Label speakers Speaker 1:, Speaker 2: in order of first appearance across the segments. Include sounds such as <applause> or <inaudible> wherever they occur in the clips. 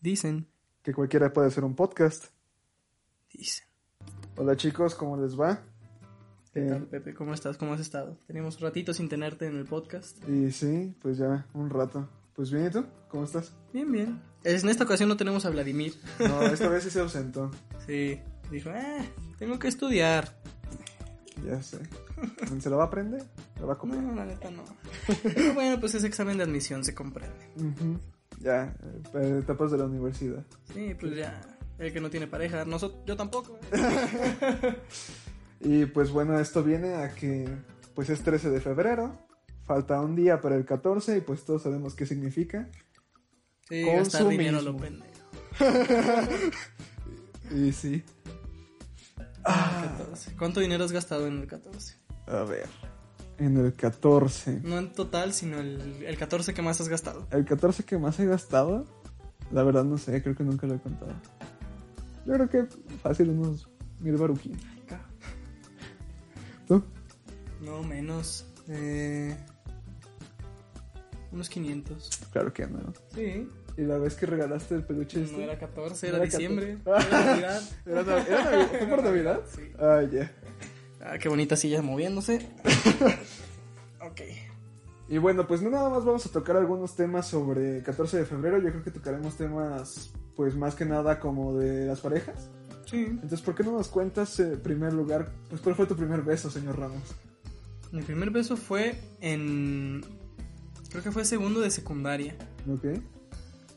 Speaker 1: Dicen,
Speaker 2: que cualquiera puede hacer un podcast.
Speaker 1: dicen.
Speaker 2: Hola chicos, ¿cómo les va?
Speaker 1: ¿Qué
Speaker 2: Eh,
Speaker 1: tal, Pepe? ¿Cómo estás? ¿Cómo has estado? Tenemos un ratito sin tenerte en el podcast.
Speaker 2: Y sí, pues ya un rato. Pues bien, ¿y tú? ¿Cómo estás?
Speaker 1: Bien, bien. Es- En esta ocasión no tenemos a Vladimir. <laughs>
Speaker 2: No, esta vez sí se ausentó.
Speaker 1: Sí, dijo, ah, tengo que estudiar.
Speaker 2: Ya sé. ¿Se la va a aprender? ¿La va a comer?
Speaker 1: No, la neta no. Pero bueno, pues ese examen de admisión se comprende.
Speaker 2: Ujú. Ya, eh, etapas de la universidad.
Speaker 1: Sí, pues ya. El que no tiene pareja, nosotros, yo tampoco.
Speaker 2: Y pues bueno, esto viene a que pues es 13 de febrero. Falta un día para el 14 y pues todos sabemos qué significa.
Speaker 1: Sí,
Speaker 2: Consumismo.
Speaker 1: gastar dinero a lo pendejo.
Speaker 2: Y sí.
Speaker 1: Ah, 14. ¿Cuánto dinero has gastado en el 14?
Speaker 2: A ver. En el 14.
Speaker 1: No en total, sino el, el 14 que más has gastado.
Speaker 2: El 14 que más he gastado, la verdad no sé, creo que nunca lo he contado. Yo creo que fácil unos mil baruquín. ¿Tú?
Speaker 1: No, menos. Eh, unos 500.
Speaker 2: Claro que no.
Speaker 1: Sí.
Speaker 2: ¿Y la vez que regalaste el peluche
Speaker 1: No
Speaker 2: este?
Speaker 1: era 14,
Speaker 2: No
Speaker 1: era,
Speaker 2: era <laughs>
Speaker 1: diciembre.
Speaker 2: 14.
Speaker 1: Era Navidad.
Speaker 2: ¿Era Nav- era Navidad? ¿Fue por Navidad?
Speaker 1: Sí.
Speaker 2: Ah, ya.
Speaker 1: Ah, qué bonita silla moviéndose.
Speaker 2: <laughs>
Speaker 1: ok.
Speaker 2: Y bueno, pues no nada más vamos a tocar algunos temas sobre 14 de febrero. Yo creo que tocaremos temas, pues más que nada como de las parejas.
Speaker 1: Sí.
Speaker 2: Entonces, ¿por qué no nos cuentas eh, en primer lugar? Pues, ¿cuál fue tu primer beso, señor Ramos?
Speaker 1: Mi primer beso fue en. Creo que fue segundo de secundaria.
Speaker 2: ¿Ok?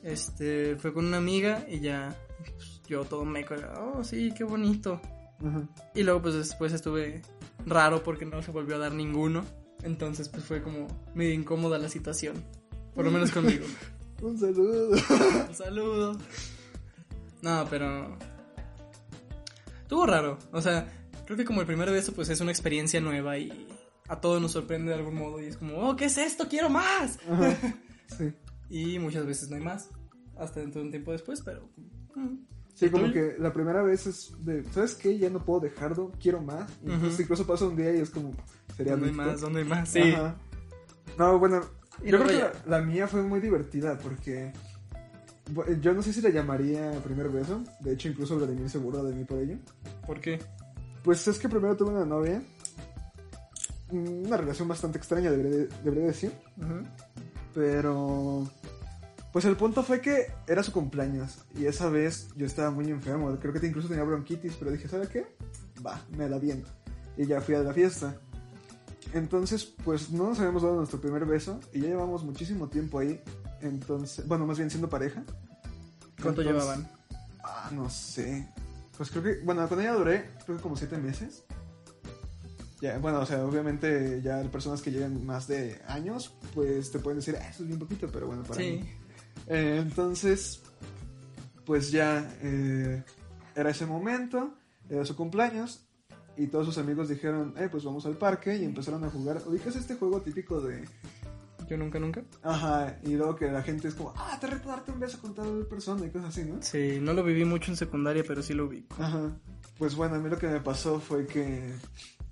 Speaker 1: Este, fue con una amiga y ya. pues, yo todo meco. Oh, sí, qué bonito.
Speaker 2: Ajá.
Speaker 1: Y luego, pues después estuve raro porque no se volvió a dar ninguno. Entonces, pues fue como medio incómoda la situación. Por lo
Speaker 2: <laughs>
Speaker 1: menos conmigo.
Speaker 2: Un saludo.
Speaker 1: Un saludo. No, pero. Estuvo raro. O sea, creo que como el primer beso, pues es una experiencia nueva y a todos nos sorprende de algún modo. Y es como, oh, ¿qué es esto? ¡Quiero más!
Speaker 2: Ajá. <laughs> Sí.
Speaker 1: Y muchas veces no hay más. Hasta dentro de un tiempo después, pero. mm.
Speaker 2: Sí,
Speaker 1: ¿Y tú?
Speaker 2: como que la primera vez es de, ¿sabes qué? Ya no puedo dejarlo, quiero más.
Speaker 1: Ujú.
Speaker 2: Entonces, incluso pasa un día y es como, sería
Speaker 1: ¿Dónde hay
Speaker 2: adicto.
Speaker 1: más? ¿Dónde hay más? Sí.
Speaker 2: Ajá. No, bueno,
Speaker 1: Y
Speaker 2: yo
Speaker 1: luego
Speaker 2: creo que
Speaker 1: ya-
Speaker 2: la, la mía fue muy divertida porque bu- eh, yo no sé si la llamaría primer beso. De hecho, incluso Vladimir se burla de mí por ello.
Speaker 1: ¿Por qué?
Speaker 2: Pues es que primero tuve una novia, mm, una relación bastante extraña, debería, debería decir. Pero. Pues el punto fue que era su cumpleaños. Y esa vez yo estaba muy enfermo. Creo que incluso tenía bronquitis. Pero dije, ¿sabe qué? Va, me la viento. Y ya fui a la fiesta. Entonces, pues no nos habíamos dado nuestro primer beso. Y ya llevamos muchísimo tiempo ahí. Entonces, bueno, más bien siendo pareja.
Speaker 1: ¿Cuánto
Speaker 2: Entonces-
Speaker 1: llevaban?
Speaker 2: Ah, no sé. Pues creo que, bueno, con ella duré, creo que como siete meses. Ya, bueno, o sea, obviamente ya personas que lleven más de años, pues te pueden decir, ah, eso es bien poquito, pero bueno, para mí.
Speaker 1: Sí.
Speaker 2: Eh, entonces, pues ya eh, era ese momento, era su cumpleaños, y todos sus amigos dijeron, eh, pues vamos al parque, y empezaron a jugar. ¿Ubicas este juego típico de,
Speaker 1: Yo nunca, nunca.
Speaker 2: ajá, y luego que la gente es como, ah, te reto a darte un beso con tal persona y cosas así, ¿no?
Speaker 1: Sí, no lo viví mucho en secundaria, pero sí lo ubico.
Speaker 2: Ajá. Pues bueno, a mí lo que me pasó fue que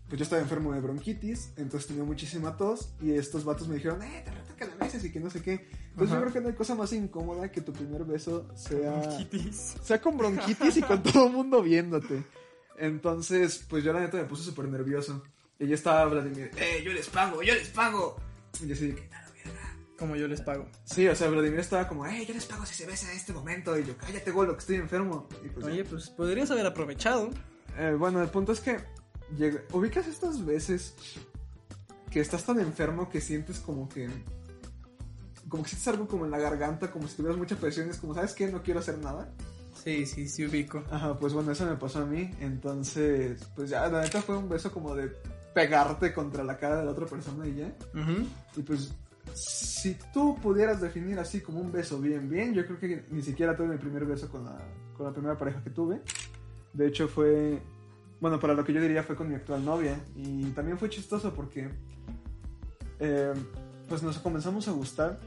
Speaker 2: pues yo estaba enfermo de bronquitis, entonces tenía muchísima tos y estos vatos me dijeron, eh, te reto que la beses y que no sé qué.
Speaker 1: Ajá.
Speaker 2: Entonces yo creo que no hay cosa más incómoda que tu primer beso sea,
Speaker 1: Kitties.
Speaker 2: sea con bronquitis
Speaker 1: <laughs>
Speaker 2: y con todo el mundo viéndote. Entonces, pues yo la neta me puse súper nervioso. Y ya estaba Vladimir, eh, yo les pago, yo les pago. Y yo así de que, "No, no, mierda".
Speaker 1: Como yo les pago.
Speaker 2: Sí, o sea, Vladimir estaba como, eh, yo les pago si se besa en este momento. Y yo, cállate, golo, que estoy enfermo. Y pues, ya.
Speaker 1: Oye, pues podrías haber aprovechado.
Speaker 2: Eh, bueno, el punto es que llega- ubicas estas veces que estás tan enfermo que sientes como que como que sientes algo como en la garganta, como si tuvieras mucha presión, y es como, ¿sabes qué? No quiero hacer nada.
Speaker 1: Sí, sí, sí ubico.
Speaker 2: Ajá, pues bueno, eso me pasó a mí. Entonces, pues ya, la neta fue un beso como de pegarte contra la cara de la otra persona y ya.
Speaker 1: Ujú.
Speaker 2: Y pues si tú pudieras definir así como un beso bien, bien, yo creo que ni siquiera tuve mi primer beso con la, con la primera pareja que tuve. De hecho fue, bueno, para lo que yo diría fue con mi actual novia. Y también fue chistoso porque, eh, pues nos comenzamos a gustar.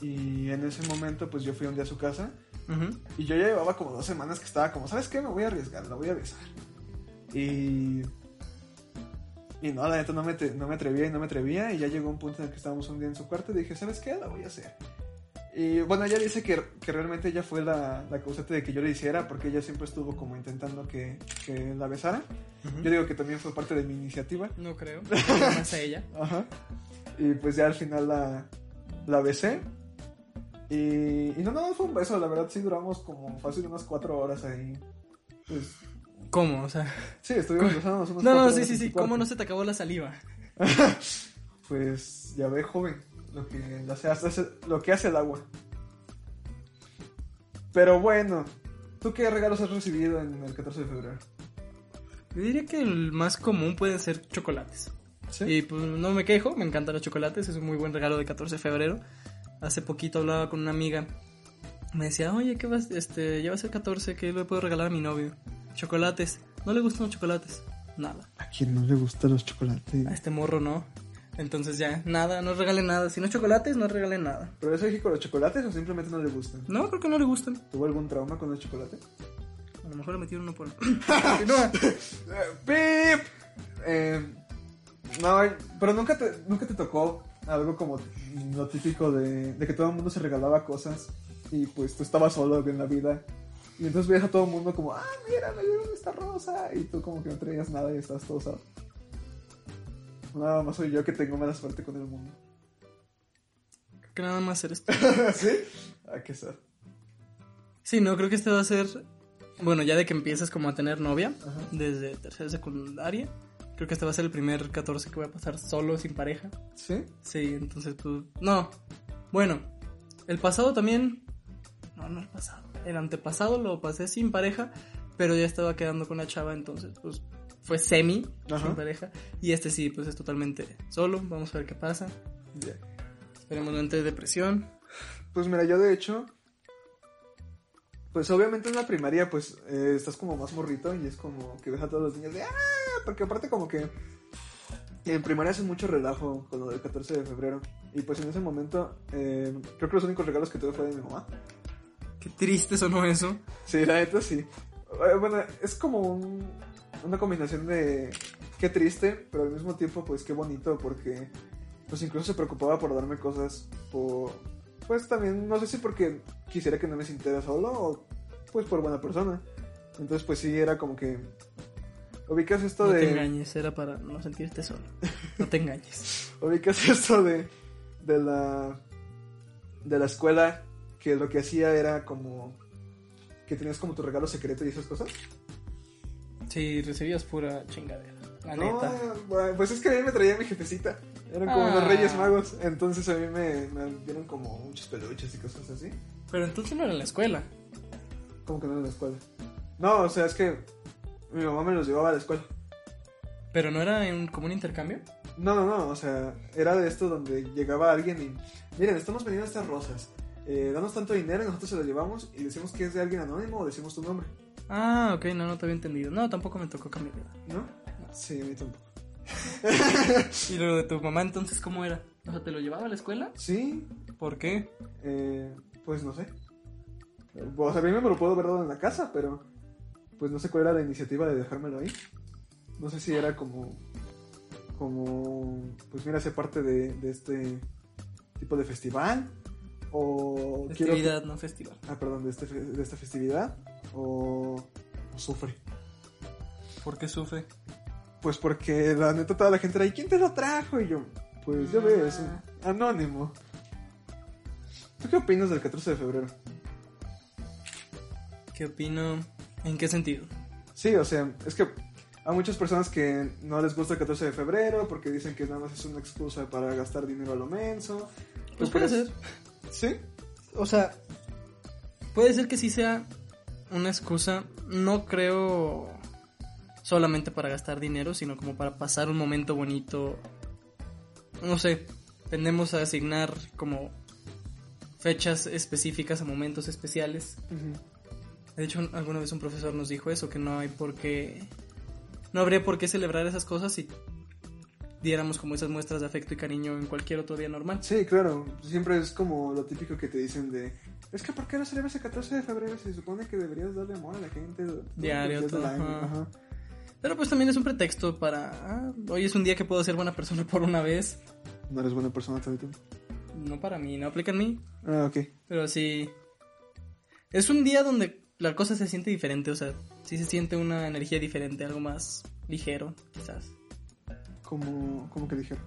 Speaker 2: Y en ese momento, pues yo fui un día a su casa.
Speaker 1: Ujú.
Speaker 2: Y yo ya llevaba como dos semanas que estaba como, ¿sabes qué? Me voy a arriesgar, la voy a besar. Y. Y no, la neta no me, te- no me atrevía y no me atrevía. Y ya llegó un punto en el que estábamos un día en su cuarto y dije, ¿sabes qué? La voy a hacer. Y bueno, ella dice que, que realmente ella fue la, la causante de que yo le hiciera porque ella siempre estuvo como intentando que, que la besara.
Speaker 1: Ujú.
Speaker 2: Yo digo que también fue parte de mi iniciativa.
Speaker 1: No <laughs> creo. Nada más a ella.
Speaker 2: Ajá. Y pues ya al final la, la besé. Y, y no, no, fue un beso, la verdad sí duramos como fácil unas cuatro horas ahí. Pues,
Speaker 1: ¿Cómo? O sea.
Speaker 2: sí, estuvimos besándonos unas
Speaker 1: No,
Speaker 2: cuatro
Speaker 1: no,
Speaker 2: horas
Speaker 1: sí,
Speaker 2: en
Speaker 1: sí,
Speaker 2: tu
Speaker 1: sí.
Speaker 2: cuarto.
Speaker 1: ¿Cómo no se te acabó la saliva?
Speaker 2: Pues ya ve, joven, lo que, la se hace, hace- lo que hace el agua. Pero bueno, ¿tú qué regalos has recibido en el 14 de febrero?
Speaker 1: Yo diría que el más común pueden ser chocolates.
Speaker 2: Sí.
Speaker 1: Y pues no me quejo, me encantan los chocolates, es un muy buen regalo de 14 de febrero. Hace poquito hablaba con una amiga, me decía, oye, ¿qué vas, este, ya va a ser 14, ¿qué le puedo regalar a mi novio? Chocolates. ¿No le gustan los chocolates? Nada.
Speaker 2: ¿A quién no le gustan los
Speaker 1: A
Speaker 2: chocolates?
Speaker 1: este morro no. Entonces ya, nada, no regalen nada. Si no chocolates, no regalen nada.
Speaker 2: ¿Pero es alérgico a los chocolates o simplemente no le gustan?
Speaker 1: No, creo que no le gustan.
Speaker 2: ¿Tuvo algún trauma con los chocolates?
Speaker 1: A lo mejor le metieron uno por... <laughs> Continúa.
Speaker 2: Eh, ¡Pip! Eh, no, pero nunca te, nunca te tocó algo como lo típico de, de que todo el mundo se regalaba cosas y pues tú estabas solo en la vida. Y entonces veías a todo el mundo como, ah, mira, me dieron esta rosa. Y tú como que no traías nada y estabas todo solo. Nada más soy yo que tengo mala suerte con el mundo.
Speaker 1: Creo que nada más eres tú.
Speaker 2: ¿Sí? Ah, qué sad.
Speaker 1: Sí, no, creo que este va a ser. Bueno, ya de que empiezas como a tener novia,
Speaker 2: Ajá.
Speaker 1: desde tercera secundaria, creo que este va a ser el primer 14 que voy a pasar solo, sin pareja.
Speaker 2: ¿Sí?
Speaker 1: Sí, entonces, pues. No. Bueno, el pasado también. No, no el pasado. El antepasado lo pasé sin pareja, pero ya estaba quedando con la chava, entonces, pues. Fue semi,
Speaker 2: Ajá.
Speaker 1: sin pareja. Y este sí, pues es totalmente solo. Vamos a ver qué pasa.
Speaker 2: Ya.
Speaker 1: Esperemos no entre depresión.
Speaker 2: Pues mira, yo de hecho, pues obviamente en la primaria, pues eh, estás como más morrito y es como que ves a todos los niños de ¡ah! Porque aparte, como que en primaria hacen mucho relajo con lo del 14 de febrero. Y pues en ese momento, eh, creo que los únicos regalos que tuve fue de mi mamá.
Speaker 1: Qué triste sonó eso.
Speaker 2: Sí, la neta sí. Eh, Bueno, es como un- una combinación de qué triste, pero al mismo tiempo pues qué bonito porque pues incluso se preocupaba por darme cosas por pues también no sé si porque quisiera que no me sintiera solo o pues por buena persona. Entonces pues sí era como que ubicas esto
Speaker 1: No
Speaker 2: de
Speaker 1: te engañes, era para no sentirte solo. No te engañes.
Speaker 2: ubicas <laughs> esto de, de la de la escuela que lo que hacía era como que tenías como tu regalo secreto y esas cosas.
Speaker 1: <laughs> Sí, recibías pura chingadera. La
Speaker 2: No,
Speaker 1: neta.
Speaker 2: bueno, pues es que a mí me traía mi jefecita. Eran como los
Speaker 1: Ah.
Speaker 2: Reyes Magos. Entonces a mí me, me dieron como muchos peluches y cosas así.
Speaker 1: Pero entonces no era en la escuela.
Speaker 2: Como que no en la escuela. No, o sea, es que mi mamá me los llevaba a la escuela.
Speaker 1: Pero no era en, como un intercambio.
Speaker 2: No, no, no, o sea, era de esto donde llegaba alguien y, miren, estamos vendiendo estas rosas. Eh, danos tanto dinero y nosotros se las llevamos y decimos que es de alguien anónimo o decimos tu nombre,
Speaker 1: Ah, ok, no, no te había entendido. No, tampoco me tocó cambiar de edad.
Speaker 2: ¿no? Sí, a mí tampoco.
Speaker 1: ¿Y lo de tu mamá entonces cómo era? O sea, ¿te lo llevaba a la escuela?
Speaker 2: Sí,
Speaker 1: ¿Por qué?
Speaker 2: Eh, pues no sé. O sea, a mí me lo puedo ver dado en la casa, pero pues no sé cuál era la iniciativa de dejármelo ahí. No sé si era como, como, pues mira, ser parte de, de este tipo de festival o quiero-
Speaker 1: Festividad, no festival.
Speaker 2: ah, perdón, de, este fe- de esta festividad o, o sufre.
Speaker 1: ¿Por qué sufre?
Speaker 2: Pues porque la neta toda la gente era, ¿y quién te lo trajo? Y yo, pues yo veo eso, anónimo. ¿Tú qué opinas del 14 de febrero?
Speaker 1: ¿Qué opino? ¿En qué sentido?
Speaker 2: Sí, o sea, es que hay muchas personas que no les gusta el 14 de febrero porque dicen que nada más es una excusa para gastar dinero a lo menso.
Speaker 1: Pues
Speaker 2: ¿Tú
Speaker 1: puede
Speaker 2: crees?
Speaker 1: ser.
Speaker 2: Sí,
Speaker 1: O sea, puede ser que sí sea una excusa, no creo solamente para gastar dinero, sino como para pasar un momento bonito. No sé, tendemos a asignar como fechas específicas a momentos especiales. De hecho, un- alguna vez un profesor nos dijo eso, que no hay por qué... No habría por qué celebrar esas cosas si diéramos como esas muestras de afecto y cariño en cualquier otro día normal.
Speaker 2: Sí, claro. Siempre es como lo típico que te dicen de... Es que ¿por qué no celebras el 14 de febrero si se supone que deberías darle amor a la gente? durante el
Speaker 1: Diario,
Speaker 2: resto del
Speaker 1: todo,
Speaker 2: año?"
Speaker 1: ajá.
Speaker 2: Ajá.
Speaker 1: Pero pues también es un pretexto para... "Ah, hoy es un día que puedo ser buena persona por una vez.
Speaker 2: No eres buena persona todo el tiempo.
Speaker 1: No para mí, no aplica en mí.
Speaker 2: Ah, ok.
Speaker 1: Pero sí... Es un día donde la cosa se siente diferente, o sea, sí se siente una energía diferente, algo más ligero, quizás.
Speaker 2: Como, como que dijeron.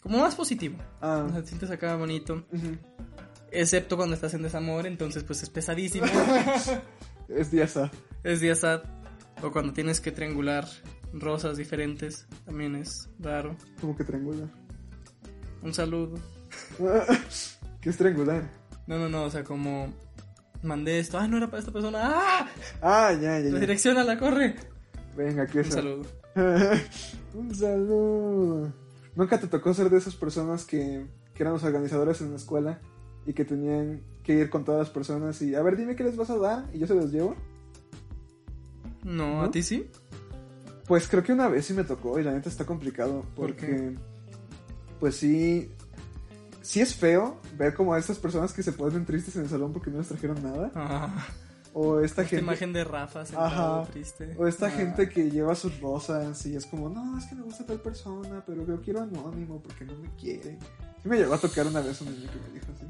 Speaker 1: Como más positivo.
Speaker 2: Ah,
Speaker 1: O sea, te sientes acá bonito.
Speaker 2: ujú.
Speaker 1: Excepto cuando estás en desamor, entonces pues es <laughs> pesadísimo.
Speaker 2: es día sad.
Speaker 1: es día sad. O cuando tienes que triangular rosas diferentes, también es raro.
Speaker 2: Como que triangular. <laughs>
Speaker 1: Un saludo.
Speaker 2: ¿Qué es triangular?
Speaker 1: No, no, no, o sea, como mandé esto. Ah, no era para esta persona. ¡Ah!
Speaker 2: Ah, ya,
Speaker 1: La
Speaker 2: ya, ya.
Speaker 1: dirección a la corre.
Speaker 2: Venga, aquí
Speaker 1: Un
Speaker 2: es.
Speaker 1: saludo.
Speaker 2: <laughs> Un saludo. ¿Nunca te tocó ser de esas personas que, que eran los organizadores en la escuela y que tenían que ir con todas las personas y a ver, dime qué les vas a dar y yo se los llevo?
Speaker 1: No,
Speaker 2: ¿No?
Speaker 1: ¿a ti sí?
Speaker 2: Pues creo que una vez sí me tocó y la neta está complicado
Speaker 1: ¿Por
Speaker 2: porque pues sí sí es feo ver como a estas personas que se ponen tristes en el salón porque no les trajeron nada
Speaker 1: Ah,
Speaker 2: o esta
Speaker 1: esta
Speaker 2: gente
Speaker 1: imagen de Rafa sentado
Speaker 2: Ajá.
Speaker 1: triste.
Speaker 2: o esta
Speaker 1: Ah,
Speaker 2: gente que lleva sus rosas y es como no es que me gusta tal persona pero yo quiero anónimo porque no me quiere. Sí me llegó a tocar una vez un niño que me dijo así.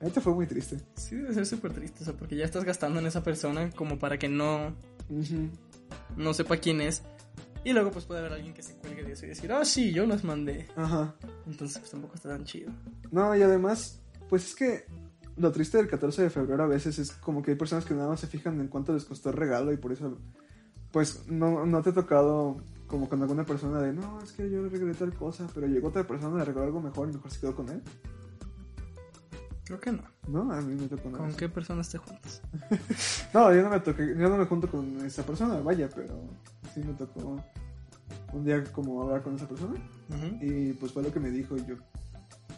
Speaker 2: La neta fue muy triste.
Speaker 1: Sí, debe ser súper triste, o sea, porque ya estás gastando en esa persona como para que no no sepa quién es. Y luego pues puede haber alguien que se cuelgue de eso y decir, ah, sí, yo las mandé.
Speaker 2: Ajá.
Speaker 1: Entonces pues tampoco está tan chido.
Speaker 2: No, y además, pues es que lo triste del 14 de febrero a veces es como que hay personas que nada más se fijan en cuánto les costó el regalo y por eso, pues no, no te ha tocado como con alguna persona de, no, es que yo le regalé tal cosa, pero llegó otra persona, le regaló algo mejor y mejor se quedó con él.
Speaker 1: Creo que no.
Speaker 2: No, a mí me tocó nada.
Speaker 1: ¿Con
Speaker 2: más.
Speaker 1: qué personas te juntas?
Speaker 2: No, yo no me toqué, yo no me junto con esa persona, vaya, pero sí me tocó un día como hablar con esa persona.
Speaker 1: Ujú.
Speaker 2: Y pues fue lo que me dijo y yo,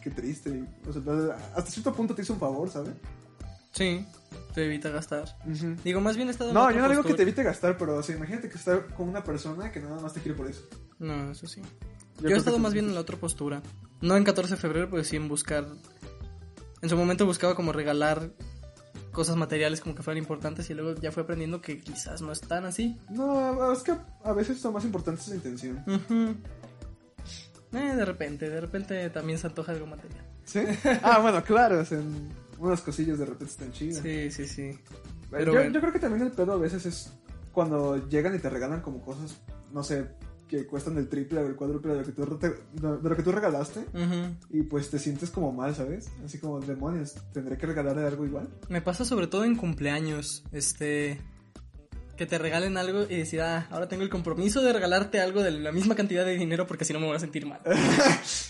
Speaker 2: qué triste. y, O sea, hasta cierto punto te hizo un favor, ¿sabes?
Speaker 1: Sí, te evita gastar. Digo, más bien está dando
Speaker 2: No,
Speaker 1: otra
Speaker 2: yo no digo que te
Speaker 1: postura.
Speaker 2: evite gastar, pero o sea, imagínate que estar con una persona que nada más te quiere por eso.
Speaker 1: No, eso sí. Yo,
Speaker 2: creo
Speaker 1: he estado
Speaker 2: que-
Speaker 1: más bien en la otra postura. No en 14 de febrero, pero sí en buscar... En su momento buscaba como regalar cosas materiales como que fueran importantes y luego ya fue aprendiendo que quizás no es tan así.
Speaker 2: No, es que a veces lo más importante es la intención.
Speaker 1: Ujú. Eh, de repente, de repente también se antoja algo material.
Speaker 2: ¿Sí? <laughs> ah, bueno, claro, o sea, en unas cosillas de repente están chidas.
Speaker 1: Sí, sí, sí.
Speaker 2: Yo-
Speaker 1: pero
Speaker 2: yo,
Speaker 1: bueno.
Speaker 2: creo que también el pedo a veces es cuando llegan y te regalan como cosas, no sé, que cuestan el triple o el cuádruple de lo que tú, re- de lo que tú regalaste.
Speaker 1: Ujú.
Speaker 2: Y pues te sientes como mal, ¿sabes? Así como, demonios, ¿tendré que regalarle algo igual?
Speaker 1: Me pasa sobre todo en cumpleaños, este... Que te regalen algo y decir, ah, ahora tengo el compromiso de regalarte algo de la misma cantidad de dinero porque si no me voy a sentir
Speaker 2: <laughs>
Speaker 1: mal.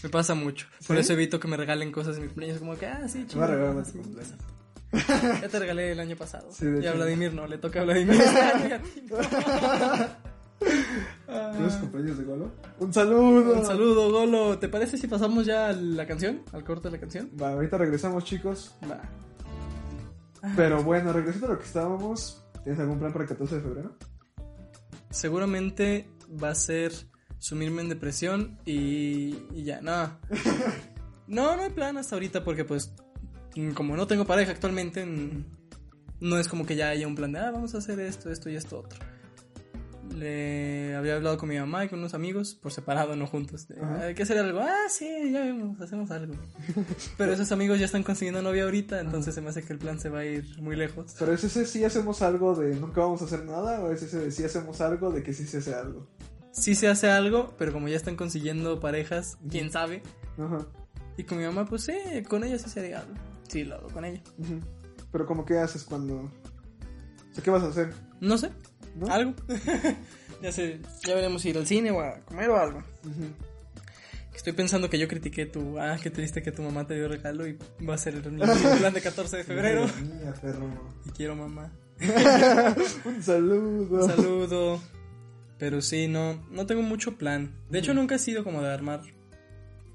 Speaker 1: me pasa mucho. Por
Speaker 2: ¿Sí?
Speaker 1: eso evito que me regalen cosas en mi cumpleaños. Como que, ah, sí, chido.
Speaker 2: Me regalaron en
Speaker 1: sí,
Speaker 2: tu cumpleaños.
Speaker 1: exacto. <laughs> Ya te regalé el año pasado.
Speaker 2: Sí, de
Speaker 1: y a
Speaker 2: hecho.
Speaker 1: Vladimir no, le toca a
Speaker 2: <laughs>
Speaker 1: Vladimir este año y a ti no.
Speaker 2: ¿Tienes cumpleaños de Golo? ¡Un saludo!
Speaker 1: Ah. Un saludo, Golo. ¿Te parece si pasamos ya a la canción? ¿Al corte de la canción?
Speaker 2: Va, ahorita regresamos, chicos.
Speaker 1: Va. Ah,
Speaker 2: Pero bueno, regresando a lo que estábamos, ¿tienes algún plan para el 14 de febrero?
Speaker 1: Seguramente va a ser sumirme en depresión y, y ya, no. No, no hay plan hasta ahorita porque pues mm, como no tengo pareja actualmente, mm, no es como que ya haya un plan de, ah, vamos a hacer esto, esto y esto otro. Le había hablado con mi mamá y con unos amigos, por separado, no juntos. de,
Speaker 2: Ajá.
Speaker 1: Hay que hacer algo. Ah, sí, ya vemos, hacemos algo. Pero esos amigos ya están consiguiendo novia ahorita, entonces se me hace que el plan se va a ir muy lejos.
Speaker 2: Pero es ese sí hacemos algo de nunca vamos a hacer nada, o es ese de sí hacemos algo de que sí se hace algo.
Speaker 1: sí se hace algo, pero como ya están consiguiendo parejas, quién sabe.
Speaker 2: Ajá.
Speaker 1: Y con mi mamá, pues sí, con ella sí se haría algo. Sí, lo hago con ella.
Speaker 2: ujú. Pero como qué haces cuando... O sea, ¿qué vas a hacer?
Speaker 1: No sé,
Speaker 2: ¿No?
Speaker 1: algo. <laughs> ya sé, ya veremos si ir al cine o a comer o algo.
Speaker 2: Ujú.
Speaker 1: Estoy pensando que yo critiqué tu, ah, qué triste que tu mamá te dio regalo y va a ser el el plan de 14 de
Speaker 2: <laughs>
Speaker 1: febrero.
Speaker 2: Madre mía, perro.
Speaker 1: Y quiero mamá.
Speaker 2: Un saludo.
Speaker 1: Un saludo. Pero sí, no, no tengo mucho plan. De hecho, nunca he sido como de armar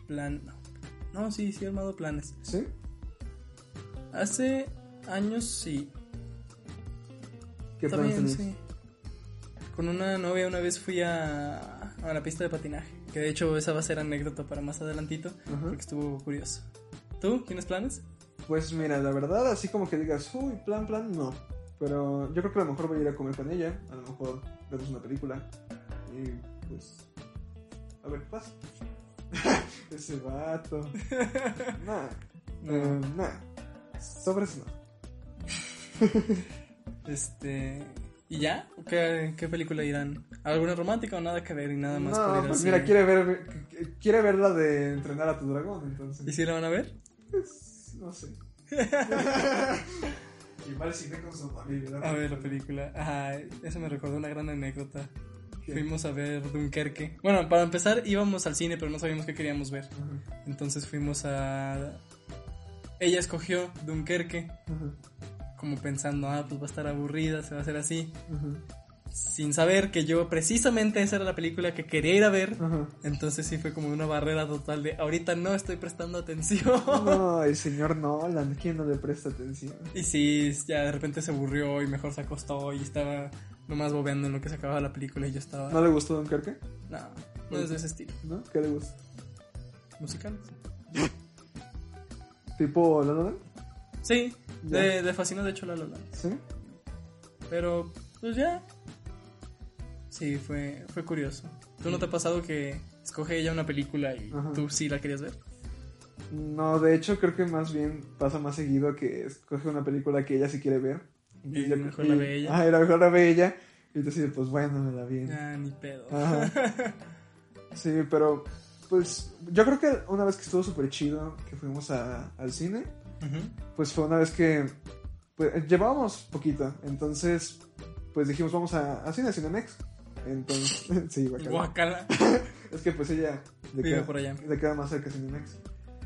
Speaker 1: plan. No. No, sí, sí he armado planes.
Speaker 2: ¿Sí?
Speaker 1: Hace años sí.
Speaker 2: ¿Qué planes
Speaker 1: También
Speaker 2: tenías?
Speaker 1: sí. Con una novia una vez fui a, a la pista de patinaje. Que de hecho esa va a ser anécdota para más adelantito.
Speaker 2: Ajá.
Speaker 1: Porque estuvo curioso. ¿Tú? ¿Tienes planes?
Speaker 2: Pues mira, la verdad, así como que digas, uy, plan, plan, no. Pero yo creo que a lo mejor voy a ir a comer con ella. A lo mejor vemos una película. Y pues. A ver qué pasa. <laughs> Ese
Speaker 1: <laughs>
Speaker 2: vato. Nah. Eh, nah. Sobres no.
Speaker 1: Este... ¿Y ya? ¿Qué, qué película irán? ¿Alguna romántica o nada que ver y nada más? por
Speaker 2: No,
Speaker 1: ir
Speaker 2: pues
Speaker 1: al
Speaker 2: mira,
Speaker 1: cine?
Speaker 2: quiere ver, quiere ver la de entrenar a tu dragón, entonces.
Speaker 1: ¿Y si la van a ver?
Speaker 2: Pues, no sé. <laughs> Igual si ve con su familia.
Speaker 1: A ver la película. Ajá, eso me recordó una gran anécdota.
Speaker 2: ¿Qué?
Speaker 1: Fuimos a ver Dunkerque. Bueno, para empezar íbamos al cine, pero no sabíamos qué queríamos ver.
Speaker 2: Ajá,
Speaker 1: Entonces fuimos a... Ella escogió Dunkerque
Speaker 2: ajá,
Speaker 1: como pensando, ah, pues va a estar aburrida, se va a hacer así.
Speaker 2: ajá,
Speaker 1: Sin saber que yo precisamente esa era la película que quería ir a ver.
Speaker 2: ajá.
Speaker 1: Entonces sí fue como una barrera total de, ahorita no estoy prestando atención. <laughs>
Speaker 2: No, el señor Nolan, ¿quién no le presta atención?
Speaker 1: y sí, ya de repente se aburrió y mejor se acostó y estaba nomás bobeando en lo que se acababa la película y yo estaba...
Speaker 2: ¿No le gustó Dunkerque?
Speaker 1: No, no es de ese estilo.
Speaker 2: ¿No? ¿Qué le gusta?
Speaker 1: Musicales.
Speaker 2: ¿Tipo La La Land?
Speaker 1: Sí,
Speaker 2: Ya.
Speaker 1: de, de fascinó de hecho La La Land.
Speaker 2: ¿Sí?
Speaker 1: Pero, pues ya. Sí, fue, fue curioso. ¿Tú no te ha pasado que escoge ella una película y
Speaker 2: Ajá.
Speaker 1: tú sí la querías ver?
Speaker 2: No, de hecho creo que más bien pasa más seguido que escoge una película que ella sí quiere ver.
Speaker 1: Y
Speaker 2: yo-
Speaker 1: mejor la ve ella.
Speaker 2: Ah, y la mejor la ve ella. Y tú dices, pues bueno, me la vi.
Speaker 1: Ah, ni pedo.
Speaker 2: Ajá. <laughs> Sí, pero pues yo creo que una vez que estuvo súper chido, que fuimos a- al cine,
Speaker 1: <laughs> Ujú.
Speaker 2: pues fue una vez que pues, llevábamos poquito, entonces pues dijimos vamos a, a cine, a Cinemex. Entonces, <laughs> sí, guacala.
Speaker 1: Guacala.
Speaker 2: Es que pues ella le
Speaker 1: Vive
Speaker 2: queda,
Speaker 1: por allá.
Speaker 2: le queda más cerca Cinemex.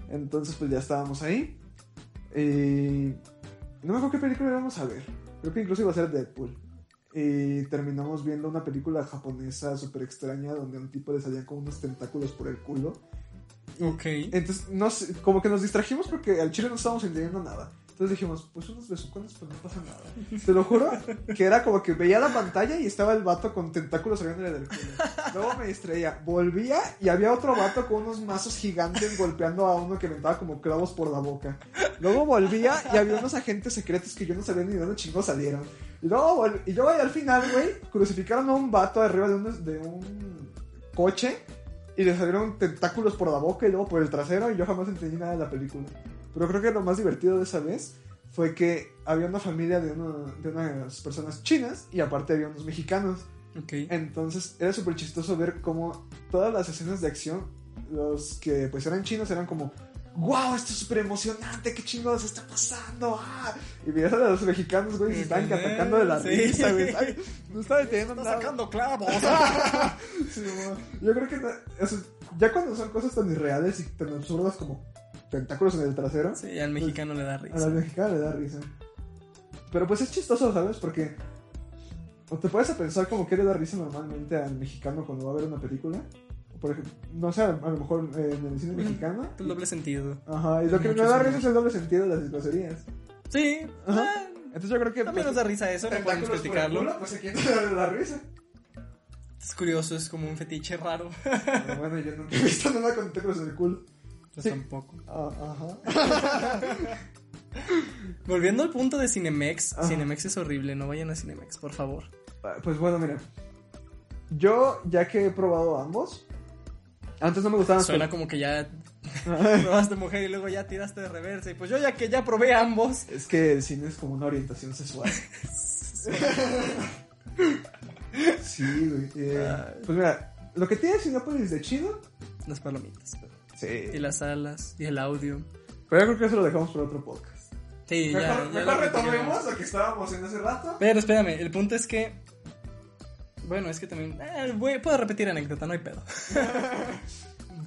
Speaker 2: Entonces pues ya estábamos ahí. Y no me acuerdo qué película íbamos a ver. Creo que incluso iba a ser Deadpool. Y terminamos viendo una película japonesa súper extraña donde a un tipo le salían como unos tentáculos por el culo.
Speaker 1: Ok.
Speaker 2: Entonces, no sé, como que nos distrajimos porque al chile no estábamos entendiendo nada. Entonces dijimos, pues unos besucones, pues no pasa nada. Te lo juro que era como que veía la pantalla y estaba el vato con tentáculos saliéndole del culo. Luego me distraía, volvía y había otro vato con unos mazos gigantes golpeando a uno que aventaba como clavos por la boca. Luego volvía y había unos agentes secretos que yo no sabía ni de dónde chingos salieron. Y luego vol- y yo ahí al final, güey, crucificaron a un vato arriba de un, de un coche y le salieron tentáculos por la boca y luego por el trasero y yo jamás entendí nada de la película. Pero creo que lo más divertido de esa vez fue que había una familia de, una- de unas personas chinas y aparte había unos mexicanos.
Speaker 1: Ok.
Speaker 2: Entonces era súper chistoso ver cómo todas las escenas de acción, los que pues eran chinos eran como, wow, esto es súper emocionante, qué chingados está pasando. ah". Y veías a los mexicanos, güey, se estaban atacando de la
Speaker 1: Sí.
Speaker 2: risa, güey. Ay,
Speaker 1: <laughs>
Speaker 2: No estaba entendiendo
Speaker 1: Está
Speaker 2: nada.
Speaker 1: sacando clavos.
Speaker 2: Sí, mamá. yo creo que no- eso- ya cuando son cosas tan irreales y tan absurdas como tentáculos en el trasero,
Speaker 1: <laughs> Sí, al mexicano le da
Speaker 2: a la
Speaker 1: risa.
Speaker 2: mexicana le da risa. Pero pues es chistoso, ¿sabes? Porque o te puedes a pensar como que le da risa normalmente al mexicano cuando va a ver una película. O Por ejemplo, no sé, a lo mejor eh, en el cine
Speaker 1: Ujú.
Speaker 2: mexicano.
Speaker 1: El doble sentido.
Speaker 2: Ajá, y lo que me
Speaker 1: Mucho
Speaker 2: da
Speaker 1: humor.
Speaker 2: risa es el doble sentido de las groserías.
Speaker 1: Sí.
Speaker 2: Ajá.
Speaker 1: ah,
Speaker 2: Entonces yo creo que... pues,
Speaker 1: También nos da risa eso, no podemos
Speaker 2: tentáculos por el
Speaker 1: criticarlo.
Speaker 2: culo, Pues a quién <laughs> le
Speaker 1: <laughs>
Speaker 2: da risa.
Speaker 1: Es curioso, es como un fetiche raro.
Speaker 2: Pero bueno, yo nunca he visto nada con tentáculos en el culo.
Speaker 1: Pues
Speaker 2: Sí.
Speaker 1: tampoco.
Speaker 2: Ah, ajá.
Speaker 1: Volviendo al punto de Cinemex,
Speaker 2: Ajá.
Speaker 1: Cinemex es horrible, no vayan a Cinemex, por favor.
Speaker 2: Ah, Pues bueno, mira. Yo, ya que he probado ambos, antes no me gustaban.
Speaker 1: Suena como que
Speaker 2: <laughs>
Speaker 1: ya probaste mujer y luego ya tiraste de reversa. Y pues yo ya que ya probé ambos.
Speaker 2: Es que el cine es como una orientación
Speaker 1: <laughs>
Speaker 2: sexual. sí, güey. eh,
Speaker 1: Ay.
Speaker 2: pues mira, lo que tiene Cinepolis de chido.
Speaker 1: Las palomitas. Y
Speaker 2: Sí.
Speaker 1: las alas. Y el audio.
Speaker 2: Pero yo creo que eso lo dejamos para otro podcast.
Speaker 1: Sí, ya.
Speaker 2: mejor
Speaker 1: ya
Speaker 2: mejor
Speaker 1: lo
Speaker 2: retomemos
Speaker 1: platicamos.
Speaker 2: lo que estábamos en hace rato.
Speaker 1: Pero espérame, el punto es que. Bueno, es que también. eh, voy- puedo repetir anécdota, no hay
Speaker 2: <laughs>
Speaker 1: pedo.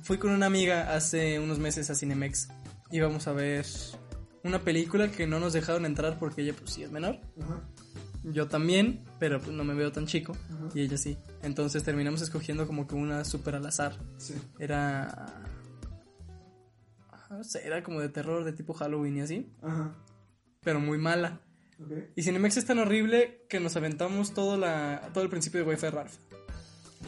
Speaker 1: Fui con una amiga hace unos meses a Cinemex. Íbamos a ver una película que no nos dejaron entrar porque ella, pues sí, es menor.
Speaker 2: Ajá,
Speaker 1: Yo también, pero pues, no me veo tan chico.
Speaker 2: Ajá.
Speaker 1: Y ella sí. Entonces terminamos escogiendo como que una súper al azar.
Speaker 2: sí.
Speaker 1: Era. ah, no sé, era como de terror, de tipo Halloween y así,
Speaker 2: Ajá.
Speaker 1: pero muy mala.
Speaker 2: Ok.
Speaker 1: Y Cinemex es tan horrible que nos aventamos todo, la, todo el principio de Wi-Fi Ralph.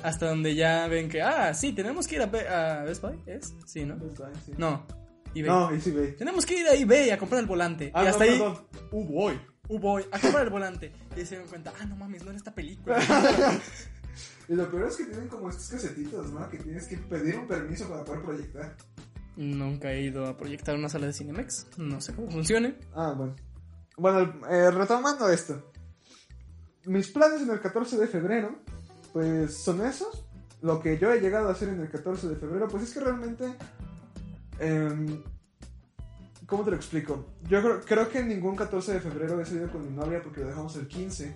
Speaker 1: Hasta donde ya ven que, ah, sí, tenemos que ir a, Be- a Best Buy, ¿es? Sí, ¿no?
Speaker 2: Best Buy, sí.
Speaker 1: No, eBay.
Speaker 2: No, y sí, güey.
Speaker 1: Tenemos que ir a eBay a comprar el volante.
Speaker 2: Ah,
Speaker 1: y
Speaker 2: no,
Speaker 1: hasta ahí,
Speaker 2: perdón. Uh, boy.
Speaker 1: uh, voy a comprar el volante. Y se dan cuenta, ah, no mames, no era esta película.
Speaker 2: Y lo peor es que tienen como estos casetitos, ¿no? Que tienes que pedir un permiso para poder proyectar.
Speaker 1: Nunca he ido a proyectar una sala de Cinemex. No sé cómo funcione.
Speaker 2: Ah, bueno. Bueno, eh, retomando esto. Mis planes en el 14 de febrero, pues son esos. Lo que yo he llegado a hacer en el 14 de febrero, pues es que realmente... em, ¿Cómo te lo explico? Yo creo, creo que ningún 14 de febrero he salido con mi novia porque lo dejamos el 15.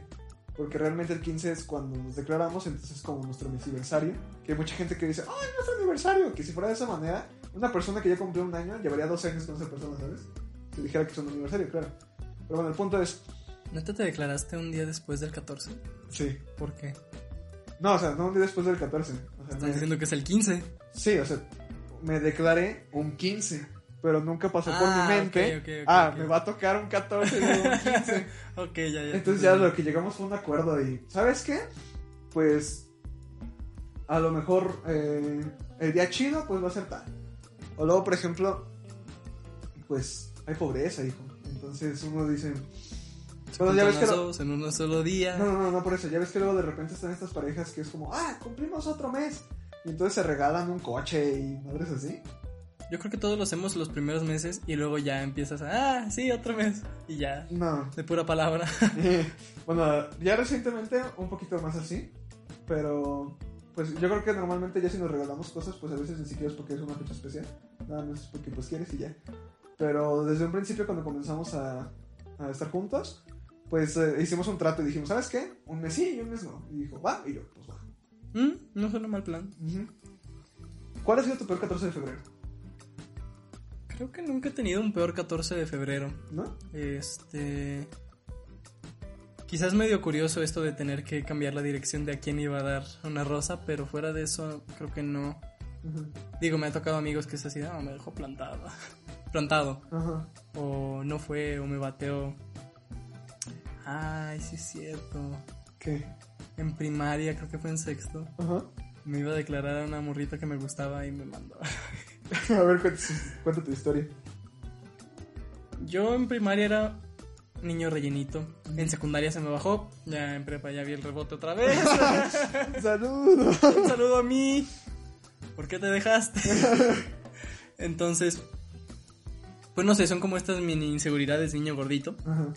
Speaker 2: Porque realmente el 15 es cuando nos declaramos, entonces es como nuestro aniversario. Que hay mucha gente que dice, ¡ay, nuestro aniversario! Que si fuera de esa manera, una persona que ya cumplió un año llevaría dos años con esa persona, ¿sabes? Si dijera que es un aniversario, claro. Pero bueno, el punto es,
Speaker 1: ¿Neta te declaraste un día después del 14?
Speaker 2: sí.
Speaker 1: ¿Por qué?
Speaker 2: No, o sea, no un día después del 14. O sea,
Speaker 1: Están
Speaker 2: me-
Speaker 1: diciendo que es el 15.
Speaker 2: sí, o sea, me declaré un 15, pero nunca pasó por
Speaker 1: Ah,
Speaker 2: mi mente.
Speaker 1: ok, ok, ok,
Speaker 2: ah,
Speaker 1: ok.
Speaker 2: me va a tocar un 14 y
Speaker 1: <laughs>
Speaker 2: luego un 15.
Speaker 1: Ok, ya, ya.
Speaker 2: Entonces ya lo que llegamos fue un acuerdo y, ¿sabes qué? Pues a lo mejor eh, el día chido pues va a ser tal. O luego, por ejemplo, pues hay pobreza, hijo. Entonces uno dice... Bueno, ya ves que... lo-
Speaker 1: Juntanazos en un solo día.
Speaker 2: No, no, no, no por eso. Ya ves que luego de repente están estas parejas que es como, ah, cumplimos otro mes. Y entonces se regalan un coche y madres así.
Speaker 1: Yo creo que todos lo hacemos los primeros meses y luego ya empiezas a, ah, sí, otro mes. Y ya,
Speaker 2: No.
Speaker 1: de pura palabra.
Speaker 2: <laughs>
Speaker 1: <laughs>
Speaker 2: bueno, ya recientemente un poquito más así. Pero, pues yo creo que normalmente ya si nos regalamos cosas, pues a veces ni siquiera es porque es una fecha especial. Nada más es porque pues quieres y ya. Pero desde un principio cuando comenzamos a, a estar juntos, pues eh, hicimos un trato y dijimos, ¿sabes qué? Un mes sí y un mes no. Y dijo, va, y yo, pues va.
Speaker 1: Mm, No suena mal plan.
Speaker 2: Ujú. ¿Cuál ha sido tu peor 14 de febrero?
Speaker 1: Creo que nunca he tenido un peor 14 de febrero.
Speaker 2: ¿No?
Speaker 1: Este. Quizás medio curioso esto de tener que cambiar la dirección de a quién iba a dar una rosa, pero fuera de eso, creo que no. Digo, me ha tocado amigos que es así, no, me dejó plantado. <laughs> plantado.
Speaker 2: Ajá.
Speaker 1: O no fue, o me bateó. Ay, sí es cierto.
Speaker 2: ¿Qué?
Speaker 1: En primaria, creo que fue en sexto,
Speaker 2: Ajá.
Speaker 1: me iba a declarar a una morrita que me gustaba y me mandó.
Speaker 2: <laughs>
Speaker 1: <laughs>
Speaker 2: A ver, cuéntame- cuenta tu historia.
Speaker 1: Yo en primaria era niño rellenito. En secundaria se me bajó. Ya en prepa ya vi el rebote otra vez.
Speaker 2: ¡Saludos!
Speaker 1: Un saludo a mí. ¿Por qué te dejaste? Entonces, pues no sé, son como estas mini inseguridades de niño gordito.
Speaker 2: Ajá.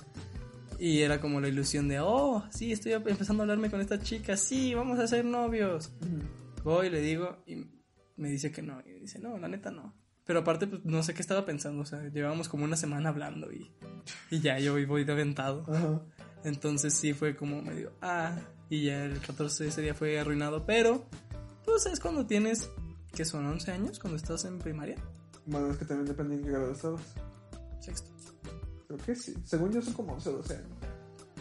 Speaker 1: Y era como la ilusión de, oh, sí, estoy empezando a hablarme con esta chica, sí, vamos a ser novios. Voy, le digo, y me dice que no. Y dice, no, la neta no. Pero aparte, pues no sé qué estaba pensando, o sea, llevábamos como una semana hablando y, y ya yo voy de aventado.
Speaker 2: Ajá.
Speaker 1: Entonces sí fue como medio, ah, y ya el 14 ese día fue arruinado, pero pues es cuando tienes, que son 11 años, cuando estás en primaria,
Speaker 2: Bueno, es que también depende en qué grado estabas.
Speaker 1: sexto.
Speaker 2: Creo que sí. Según yo, son como 11 o 12 años.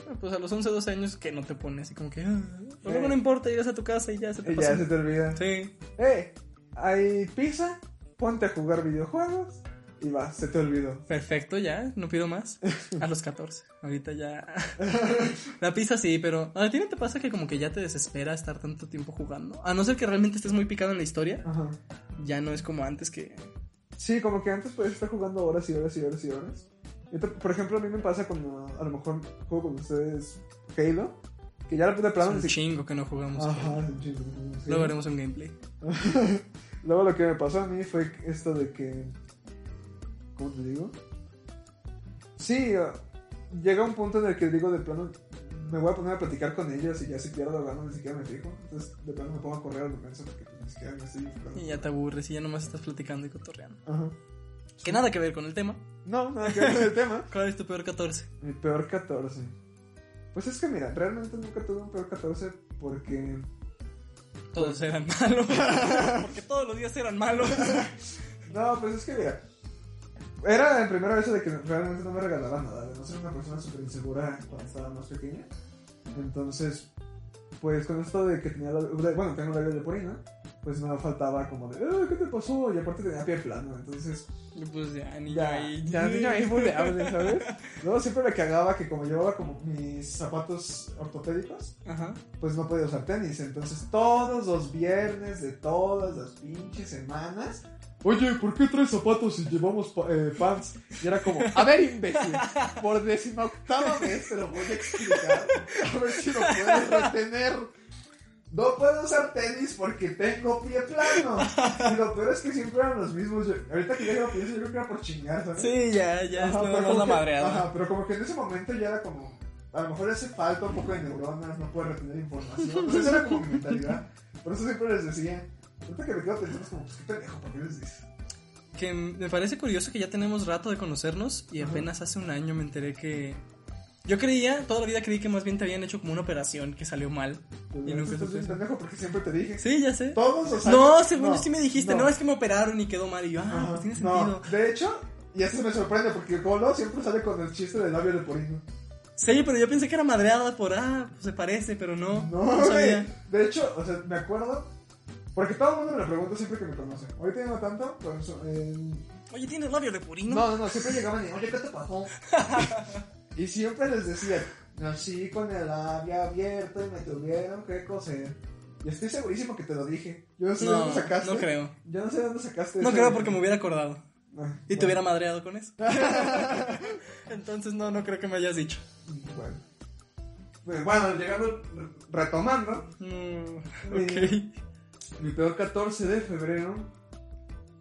Speaker 1: Ah, Pues a los 11, 12 años que no te pones así como que, ah, pues luego
Speaker 2: Eh.
Speaker 1: no importa, llegas a tu casa y ya se te
Speaker 2: Y ya
Speaker 1: pasa.
Speaker 2: se te olvida.
Speaker 1: Sí,
Speaker 2: ¡Eh! Hay pizza, ponte a jugar videojuegos y va, se te olvidó.
Speaker 1: perfecto, ya, no pido más. A los 14, ahorita ya.
Speaker 2: <laughs>
Speaker 1: La pizza sí, pero a ti no te pasa que como que ya te desespera estar tanto tiempo jugando. A no ser que realmente estés muy picado en la historia,
Speaker 2: Ajá.
Speaker 1: ya no es como antes que
Speaker 2: Sí, como que antes podías estar jugando horas y horas y horas y horas. Yo te- por ejemplo, a mí me pasa cuando a lo mejor juego con ustedes Halo, que ya de
Speaker 1: es
Speaker 2: plano
Speaker 1: un
Speaker 2: ni siquiera-
Speaker 1: chingo que no jugamos.
Speaker 2: Ajá, es un chingo, sí.
Speaker 1: Luego haremos un gameplay.
Speaker 2: Luego lo que me pasó a mí fue esto de que. ¿Cómo te digo? Sí, eh, llega un punto en el que digo de plano, me voy a poner a platicar con ellos y ya si pierdo o gano ni siquiera me fijo. Entonces de plano me pongo a correr a lo pienso porque pues, ni siquiera me estoy enfocando.
Speaker 1: Y ya te aburres y ya nomás estás platicando y cotorreando.
Speaker 2: Ajá.
Speaker 1: Que nada que ver con el tema.
Speaker 2: No, nada que ver con el tema.
Speaker 1: ¿Cuál es tu peor 14?
Speaker 2: Mi peor 14. Pues es que mira, realmente nunca tuve un peor 14 porque. Pues,
Speaker 1: Todos eran
Speaker 2: <laughs>
Speaker 1: malos. Porque todos los días eran malos.
Speaker 2: No, pues es que mira. Era el primero eso de que realmente no me regalaba nada, de no ser una persona súper insegura cuando estaba más pequeña. Entonces, pues con esto de que tenía la, de- bueno, tengo la vida de purina, pues no faltaba como de, "Ah, ¿qué te pasó? Y aparte tenía pie plano, entonces
Speaker 1: Pues ya, niño
Speaker 2: ya,
Speaker 1: ahí.
Speaker 2: ya el <laughs> niño ahí buleable, ¿sabes? Luego siempre me cagaba que como llevaba como mis zapatos ortopédicos,
Speaker 1: Ajá.
Speaker 2: pues no podía usar tenis. Entonces todos los viernes de todas las pinches semanas. Oye, ¿por qué traes zapatos si llevamos pa- eh, pants? Y era como, a ver, imbécil, por décima octava vez te lo voy a explicar, a ver si lo puedes retener. No puedo usar tenis porque tengo pie plano. Y lo peor es que siempre eran los mismos. Yo- ahorita que ya lo pienso, yo creo que era por chingar, ¿sabes?
Speaker 1: Sí, ya, ya, es
Speaker 2: Ajá, pero
Speaker 1: nada más
Speaker 2: como
Speaker 1: la
Speaker 2: que-
Speaker 1: madreada.
Speaker 2: Ajá, pero como que en ese momento ya era como. A lo mejor hace falta un poco de neuronas, no puede retener información. Entonces esa era como mi mentalidad. Por eso siempre les decía. Ahorita que me quedo pensando, es como, pues qué pendejo, ¿por qué les dices?
Speaker 1: Que me parece curioso que ya tenemos rato de conocernos y
Speaker 2: Ajá.
Speaker 1: apenas hace un año me enteré que... Yo creía, toda la vida creí que más bien te habían hecho como una operación que salió mal.
Speaker 2: Pues,
Speaker 1: Y nunca
Speaker 2: estás
Speaker 1: supe
Speaker 2: bien
Speaker 1: eso.
Speaker 2: pendejo porque siempre te dije.
Speaker 1: Sí, ya sé.
Speaker 2: Todos los años.
Speaker 1: No, según sí me dijiste, no.
Speaker 2: es
Speaker 1: es que me operaron y quedó mal. Y yo, ah, pues tiene sentido.
Speaker 2: De hecho, y eso me sorprende porque Golo siempre sale con el chiste del labio leporino.
Speaker 1: Sí, pero yo pensé que era madreada por, ah, pues se parece, pero no.
Speaker 2: No,
Speaker 1: No, sabía.
Speaker 2: güey. De hecho, o sea, me acuerdo. Porque todo el mundo me lo pregunta siempre que me conoce. Ahorita ya no tanto, pero eso, en-
Speaker 1: <laughs> Oye, tienes labio de purino.
Speaker 2: No, no, no, siempre llegaban y, oye, ¿qué
Speaker 1: <laughs>
Speaker 2: te pasó? y siempre les decía, nací con el labio abierto y me tuvieron que coser. Y estoy segurísimo que te lo dije. Yo no sé de
Speaker 1: no,
Speaker 2: dónde sacaste.
Speaker 1: no creo.
Speaker 2: Yo no sé de dónde sacaste. <laughs>
Speaker 1: No
Speaker 2: eso.
Speaker 1: creo porque me hubiera acordado.
Speaker 2: Ah,
Speaker 1: Y te
Speaker 2: bueno.
Speaker 1: hubiera madreado con
Speaker 2: <laughs>
Speaker 1: eso. Entonces, no, no creo que me hayas dicho.
Speaker 2: Bueno. Bueno, bueno, llegando, retomando,
Speaker 1: No,
Speaker 2: Eh.
Speaker 1: ok.
Speaker 2: mi peor 14 de febrero.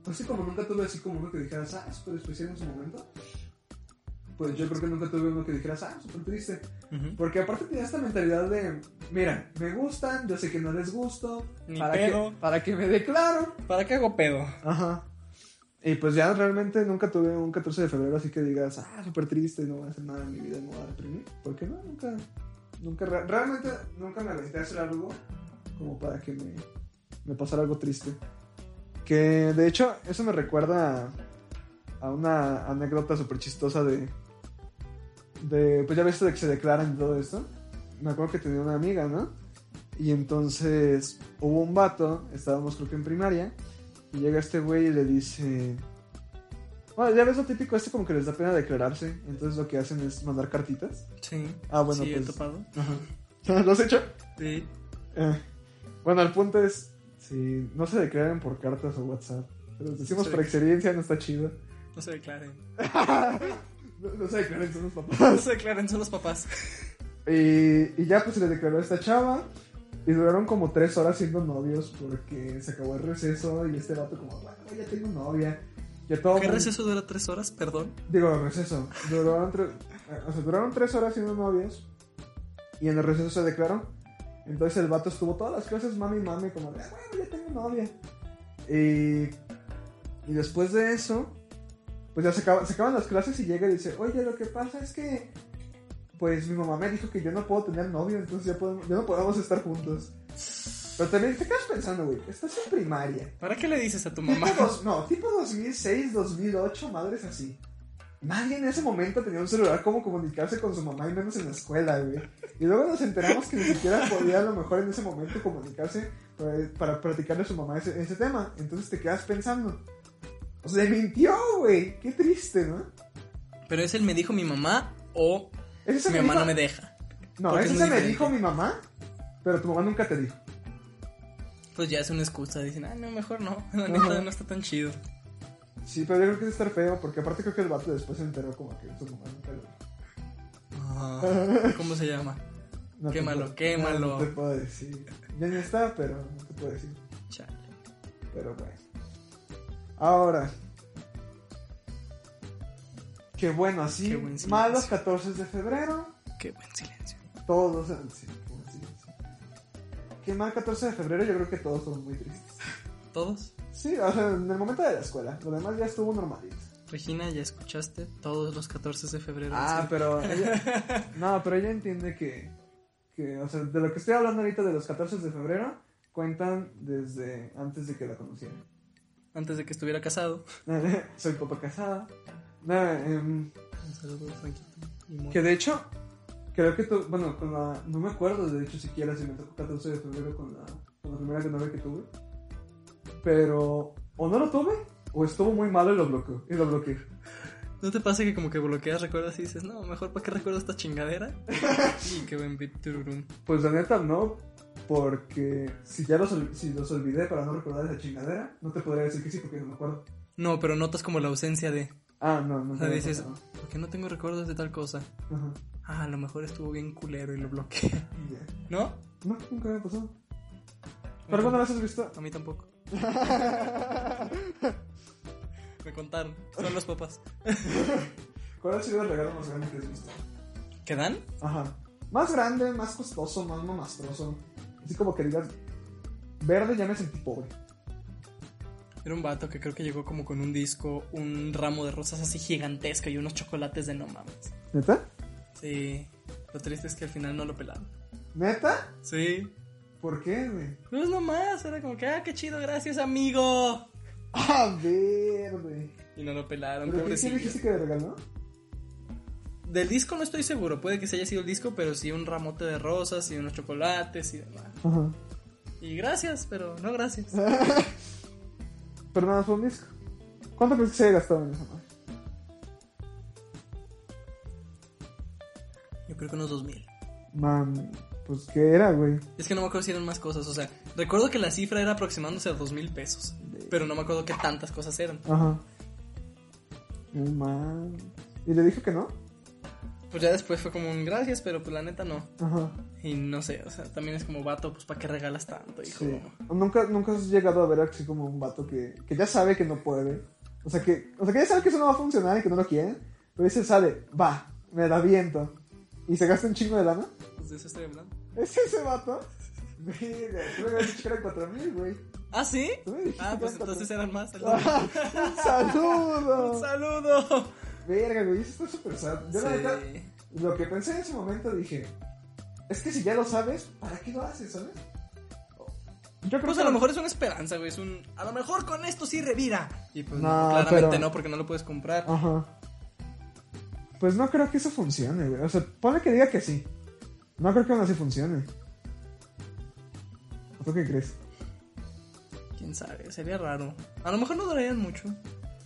Speaker 2: Así como nunca tuve así como uno que dijeras, ah, súper especial en su momento. Pues yo creo que nunca tuve uno que dijeras, ah, súper triste.
Speaker 1: Ujú.
Speaker 2: Porque aparte tenía esta mentalidad de, mira, me gustan, yo sé que no les gusto,
Speaker 1: Ni
Speaker 2: para
Speaker 1: pedo.
Speaker 2: que, para que me declaro.
Speaker 1: ¿Para qué hago pedo?
Speaker 2: Ajá. Y pues ya realmente nunca tuve un 14 de febrero así que digas, ah, súper triste, no voy a hacer nada en mi vida, no voy a deprimir. ¿Por qué no? Nunca, nunca, re- realmente nunca me aventé a hacer algo como para que me, me pasara algo triste. Que de hecho, eso me recuerda a, a una anécdota súper chistosa de, de, pues ya ves esto de que se declaran y todo esto. Me acuerdo que tenía una amiga, ¿no? Y entonces hubo un vato, estábamos creo que en primaria, y llega este güey y le dice... Bueno, ya ves lo típico, este como que les da pena declararse, entonces lo que hacen es mandar cartitas. <laughs>
Speaker 1: Sí.
Speaker 2: Ah, bueno,
Speaker 1: sí, he
Speaker 2: pues-
Speaker 1: topado.
Speaker 2: ¿Lo has hecho?
Speaker 1: Sí.
Speaker 2: Eh, bueno, el punto es, si no se declaren por cartas o WhatsApp, pero les decimos
Speaker 1: Sí.
Speaker 2: por experiencia, no está chido.
Speaker 1: No se
Speaker 2: <laughs>
Speaker 1: declaren.
Speaker 2: No, no se declaren, son los papás.
Speaker 1: No se declaren, son los papás.
Speaker 2: Y, y ya pues se le declaró a esta chava. Y duraron como tres horas siendo novios porque se acabó el receso y este vato como, bueno, ya tengo novia. Ya todo
Speaker 1: ¿Qué
Speaker 2: mundo-
Speaker 1: receso dura tres horas? Perdón.
Speaker 2: Digo, receso. Duraron tres, eh, o sea, duraron tres horas siendo novios. Y en el receso se declaró. Entonces el vato estuvo todas las clases mami mami como de, "Ah, bueno, ya tengo novia. Y, y después de eso, pues ya se, acaba- se acaban las clases y llega y dice, oye, lo que pasa es que, pues mi mamá me dijo que yo no puedo tener novio, entonces ya, podemos, ya no podemos estar juntos. Pero también te quedas pensando, güey, estás en primaria.
Speaker 1: ¿Para qué le dices a tu
Speaker 2: Tipo
Speaker 1: mamá?
Speaker 2: dos- no, tipo 2006, 2008, madres así. Nadie en ese momento tenía un celular como comunicarse con su mamá y menos en la escuela, güey. Y luego nos enteramos que ni siquiera podía a lo mejor en ese momento comunicarse para, para platicarle a su mamá ese, ese tema. Entonces te quedas pensando. O sea, mintió, güey. Qué triste, ¿no?
Speaker 1: Pero es el me dijo mi mamá o
Speaker 2: Ese se
Speaker 1: mi
Speaker 2: me
Speaker 1: mamá
Speaker 2: dijo-
Speaker 1: no me deja.
Speaker 2: No,
Speaker 1: porque
Speaker 2: ese
Speaker 1: es muy
Speaker 2: se me
Speaker 1: diferente.
Speaker 2: dijo mi mamá, pero tu mamá nunca te dijo.
Speaker 1: Pues ya es una excusa. Dicen, ah, no, mejor no. <laughs> La
Speaker 2: Ajá.
Speaker 1: neta no está tan chido.
Speaker 2: Sí, pero yo creo que es estar feo, porque aparte creo que el vato después se enteró como que su mamá nunca lo dijo.
Speaker 1: Ah, ¿Cómo se llama?
Speaker 2: No te
Speaker 1: Quémalo,
Speaker 2: puedo-
Speaker 1: quémalo.
Speaker 2: No, no te puedo decir. Ya no está, pero no te puedo decir.
Speaker 1: Chale.
Speaker 2: Pero bueno. Ahora. Qué bueno, así.
Speaker 1: Qué buen silencio.
Speaker 2: malos 14 de febrero.
Speaker 1: Qué buen silencio.
Speaker 2: Todos. Sí, qué buen silencio. Qué mal 14 de febrero, yo creo que todos son muy tristes.
Speaker 1: ¿Todos?
Speaker 2: Sí, o sea, en el momento de la escuela. Lo demás ya estuvo normalito.
Speaker 1: Regina, ya escuchaste todos los 14 de febrero.
Speaker 2: Ah,
Speaker 1: Sí.
Speaker 2: pero ella, <laughs> no, pero ella entiende que, que, o sea, de lo que estoy hablando ahorita de los 14 de febrero, cuentan desde antes de que la conociera.
Speaker 1: Antes de que estuviera casado.
Speaker 2: Soy papá casada. No, em,
Speaker 1: Un saludo, Franquito. y Mor.
Speaker 2: que de hecho, creo que tú, bueno, con la, no me acuerdo de hecho siquiera si me tocó 14 de febrero con la, con la primera novia que tuve. Pero o no lo tuve o estuvo muy malo y lo bloqueó. Y lo bloqueé.
Speaker 1: ¿No te pasa que como que bloqueas recuerdos y dices, no, mejor para qué recuerdo esta
Speaker 2: <laughs>
Speaker 1: chingadera? y qué buen beat tururum.
Speaker 2: Pues la neta no, porque si ya los, ol- si los olvidé para no recordar esa chingadera, no te podría decir que sí porque no me acuerdo.
Speaker 1: No, pero notas como la ausencia de.
Speaker 2: Ah, no, no.
Speaker 1: O
Speaker 2: no
Speaker 1: sea,
Speaker 2: me
Speaker 1: dices,
Speaker 2: acordaba.
Speaker 1: ¿por qué no tengo recuerdos de tal cosa?
Speaker 2: Ajá,
Speaker 1: Ah, a lo mejor estuvo bien culero y lo bloqueé.
Speaker 2: ya.
Speaker 1: ¿No?
Speaker 2: No, nunca me ha pasado. ¿Pero alguna vez has visto?
Speaker 1: A mí
Speaker 2: <laughs>
Speaker 1: tampoco. Me contaron. Son los papás.
Speaker 2: ¿Cuál ha sido el regalo más grande que has visto?
Speaker 1: ¿Qué dan?
Speaker 2: Ajá. Más grande, más costoso, más mamastroso. Así como que digas, verde ya me sentí pobre.
Speaker 1: Era un vato que creo que llegó como con un disco, un ramo de rosas así gigantesco y unos chocolates de no mames.
Speaker 2: ¿Neta?
Speaker 1: Sí. Lo triste es que al final no lo pelaron.
Speaker 2: ¿Neta?
Speaker 1: Sí. pues
Speaker 2: ¿Por qué, güey?
Speaker 1: No es nomás, era como que, ah, qué chido, gracias, amigo.
Speaker 2: Ah, verde.
Speaker 1: Y no lo pelaron,
Speaker 2: ¿Pero qué sí
Speaker 1: pobrecillo.
Speaker 2: dijiste que le regaló?
Speaker 1: Del disco no estoy seguro, puede que se haya sido el disco, pero sí un ramote de rosas y unos chocolates y demás.
Speaker 2: Ajá.
Speaker 1: Y gracias, pero no
Speaker 2: <laughs>
Speaker 1: gracias.
Speaker 2: Pero nada, fue un disco. ¿Cuánto crees que se haya gastado en esa madre?
Speaker 1: Yo creo que unos 2000.
Speaker 2: Mami, pues ¿qué era, güey?
Speaker 1: Es que no me acuerdo si eran más cosas, o sea, recuerdo que la cifra era aproximándose a dos mil pesos, pero no me acuerdo qué tantas cosas eran.
Speaker 2: Ajá. No mames. ¿Y le dije que no?
Speaker 1: Pues ya después fue como un gracias, pero pues la neta no.
Speaker 2: Ajá.
Speaker 1: Y no sé, o sea, también es como vato, pues ¿para qué regalas tanto, hijo?
Speaker 2: Sí. ¿Nunca, nunca has llegado a ver así como un vato que, que ya sabe que no puede. O sea que, o sea que ya sabe que eso no va a funcionar y que no lo quiere. Pero dice, sale, va, me da viento. Y se gasta un chingo de lana.
Speaker 1: Pues de eso estoy hablando.
Speaker 2: ¿Es ese vato? Mira, tú me habías dicho que eran 4000, <laughs> güey.
Speaker 1: ¿Ah, sí?
Speaker 2: Tú me dijiste
Speaker 1: Ah,
Speaker 2: que
Speaker 1: pues
Speaker 2: eran
Speaker 1: entonces
Speaker 2: 4000.
Speaker 1: eran
Speaker 2: <laughs>
Speaker 1: más. saludos.
Speaker 2: ¡Ah! ¡Un saludo!
Speaker 1: ¡Un saludo!
Speaker 2: Verga, güey, eso está súper sad. Yo la neta,
Speaker 1: Sí.
Speaker 2: lo que pensé en ese momento dije, es que si ya lo sabes, ¿para qué lo haces, sabes? Yo creo
Speaker 1: Pues
Speaker 2: que
Speaker 1: a lo mejor es una esperanza, güey. Es un. A lo mejor con esto sí revira. Y pues no,
Speaker 2: No,
Speaker 1: claramente
Speaker 2: pero- Ah.
Speaker 1: no, porque no lo puedes comprar.
Speaker 2: Ajá. Pues no creo que eso funcione, güey. O sea, pone que diga que sí. No creo que aún así funcione. ¿O ¿Tú qué crees?
Speaker 1: Quién sabe, sería raro. A lo mejor no durarían mucho.